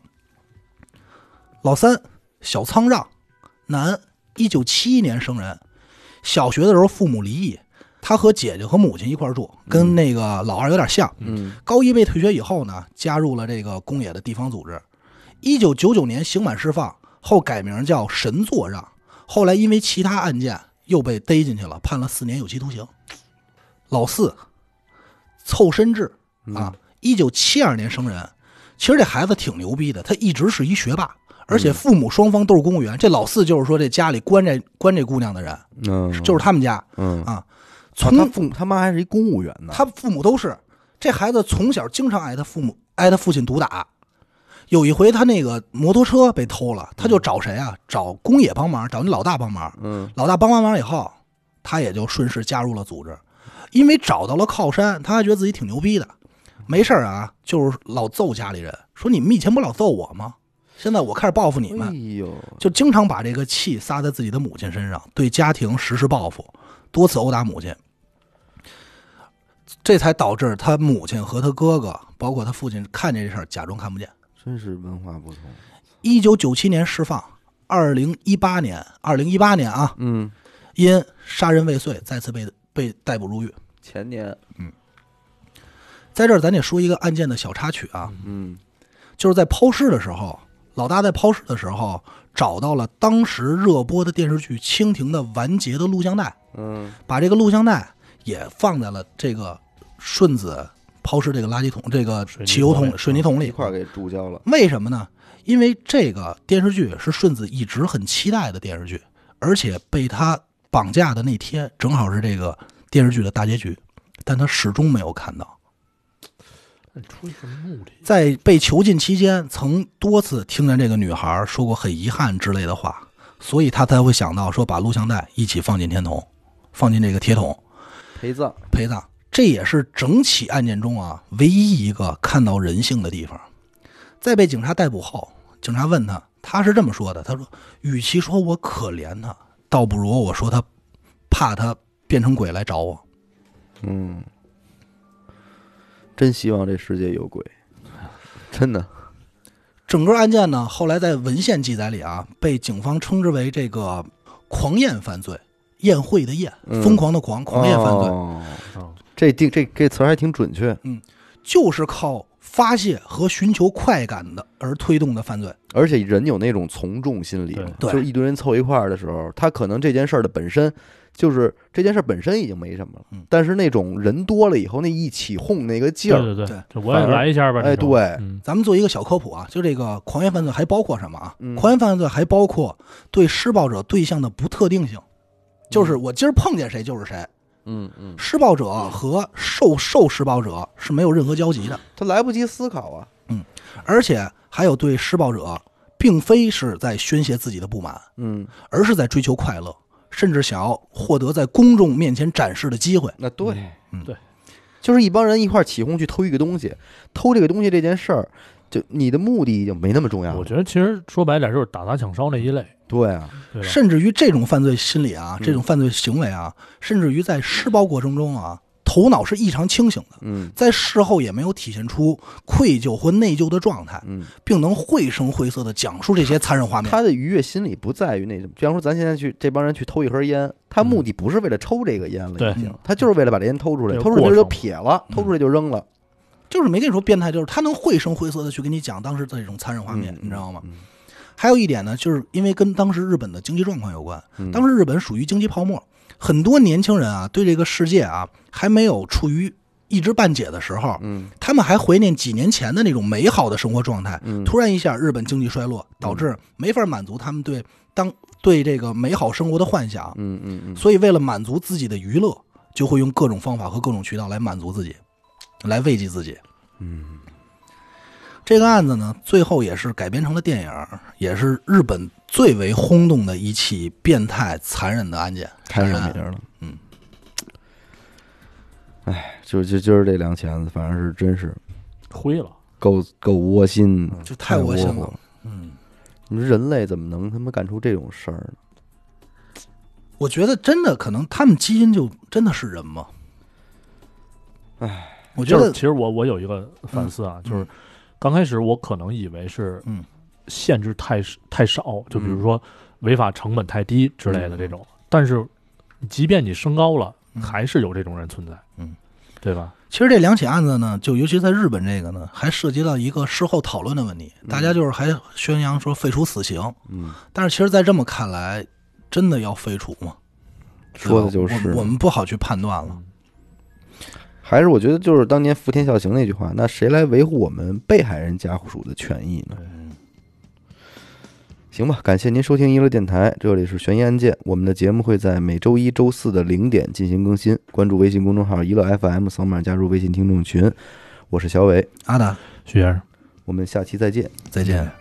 老三，小仓让，男，一九七一年生人，小学的时候父母离异，他和姐姐和母亲一块儿住，跟那个老二有点像。
嗯
高一被退学以后呢，加入了这个宫野的地方组织。一九九九年刑满释放后，改名叫神作让，后来因为其他案件又被逮进去了，判了四年有期徒刑。老四，凑身制
嗯
啊，一九七二年生人。其实这孩子挺牛逼的，他一直是一学霸，而且父母双方都是公务员。这老四就是说这家里关这关这姑娘的人，
嗯，
就是他们家。
嗯
啊，
啊
从、
他父母他妈还是一公务员呢，
他父母都是。这孩子从小经常挨他父母挨他父亲毒打。有一回他那个摩托车被偷了，他就找谁啊？找宫野帮忙，找你老大帮忙。
嗯，
老大帮完忙以后，他也就顺势加入了组织，因为找到了靠山，他还觉得自己挺牛逼的。没事儿啊，就是老揍家里人，说你们以前不老揍我吗？现在我开始报复你们
哎，呦，
就经常把这个气撒在自己的母亲身上，对家庭实施报复，多次殴打母亲，这才导致他母亲和他哥哥，包括他父亲看见这事儿假装看不见。
真是文化不同，
一九九七年释放，二零一八年，二零一八年啊，
嗯，
因杀人未遂再次被被逮捕入狱。
前年，
在这儿，咱得说一个案件的小插曲啊，
嗯
就是在抛尸的时候，老大在抛尸的时候找到了当时热播的电视剧《蜻蜓》的完结的录像带。
嗯
把这个录像带也放在了这个顺子抛尸这个垃圾桶、这个
水泥
汽油桶
桶
里、
里
水泥桶
一
里。
块儿给注销了，
为什么呢？因为这个电视剧是顺子一直很期待的电视剧，而且被他绑架的那天正好是这个电视剧的大结局，但他始终没有看到。
你出于什么目的？
在被囚禁期间，曾多次听见这个女孩说过很遗憾之类的话，所以他才会想到说把录像带一起放进天筒，放进这个铁桶。
陪葬，
陪葬，这也是整起案件中啊唯一一个看到人性的地方。在被警察逮捕后，警察问他，他是这么说的：“他说，与其说我可怜他，倒不如我说他怕他变成鬼来找我。
嗯，真希望这世界有鬼， 真的，”
整个案件呢，后来在文献记载里啊，被警方称之为这个狂宴犯罪，宴会的宴，
嗯
疯狂的狂，狂宴犯罪。
哦
啊，
这定这这词儿还挺准确，
就是靠发泄和寻求快感的而推动的犯罪。
而且人有那种从众心理嘛，
对
就是一堆人凑一块儿的时候，他可能这件事儿的本身就是这件事儿本身已经没什么了，
嗯
但是那种人多了以后，那一起哄那个劲
对
儿，
对
对
对，这我也来一下吧。
哎
这种
对
嗯
咱们做一个小科普啊，就这个狂言犯罪还包括什么啊？
嗯
狂言犯罪还包括对施暴者对象的不特定性，就是我今儿碰见谁就是谁，
嗯嗯，
施暴者和受受施暴者是没有任何交集的，
他来不及思考啊，
而且还有对施暴者并非是在宣泄自己的不满，
嗯，
而是在追求快乐，甚至想要获得在公众面前展示的机会。
那对，
嗯
对，
就是一帮人一块儿起哄去偷一个东西，偷这个东西这件事儿，就你的目的已经没那么重要
我觉
了，
得其实说白点就是打砸抢烧那一类，
对啊，
对吧？
甚至于这种犯罪心理啊，
嗯
这种犯罪行为啊，甚至于在施暴过程中啊，头脑是异常清醒的，
嗯
在事后也没有体现出愧疚或内疚的状态，
嗯，
并能绘声绘色地讲述这些残忍画面。
他的愉悦心理不在于那什么，比方说咱现在去这帮人去偷一盒烟，他目的不是为了抽这个烟了，
对
已
嗯
经，他就是为了把这烟偷出来，
这个
偷出来
过
就
程
撇了，偷出来就扔
嗯
了，
就是没跟你说变态，就是他能绘声绘色的去跟你讲当时的这种残忍画面，
嗯
你知道吗？
嗯
还有一点呢，就是因为跟当时日本的经济状况有关，
嗯
当时日本属于经济泡沫，很多年轻人啊对这个世界啊还没有处于一知半解的时候，
嗯
他们还怀念几年前的那种美好的生活状态。
嗯
突然一下，日本经济衰落，导致没法满足他们对当对这个美好生活的幻想，
嗯嗯嗯，
所以为了满足自己的娱乐，就会用各种方法和各种渠道来满足自己，来慰藉自己。
嗯，
这个案子呢，最后也是改编成了电影，也是日本最为轰动的一起变态残忍的案件。
太有
杀人案
名了，
嗯，
哎，就就就是这两钳子，反正是真是
灰了，
够够窝心的，
就嗯太
窝
恶心
火
了。嗯，
你说人类怎么能他妈干出这种事儿呢？
我觉得真的可能他们基因就真的是人吗？唉，我觉
就是
得
其实我我有一个反思啊，就是刚开始我可能以为是
嗯
限制太太少，就比如说违法成本太低之类的这种，但是即便你升高了，
嗯
还是有这种人存在，
嗯，
对吧？
其实这两起案子呢，就尤其在日本这个呢，还涉及到一个事后讨论的问题。大家就是还宣扬说废除死刑，
嗯，
但是其实，在这么看来，真的要废除吗？
说的就是
啊我我们不好去判断了。
还是我觉得就是当年福田孝行那句话，那谁来维护我们被害人家属的权益呢？行吧，感谢您收听娱乐电台，这里是悬疑案件，我们的节目会在每周一周四的零点进行更新，关注微信公众号“娱乐 FM”，扫码加入微信听众群，我是小伟，
阿达，
徐先生，
我们下期再见。
再见。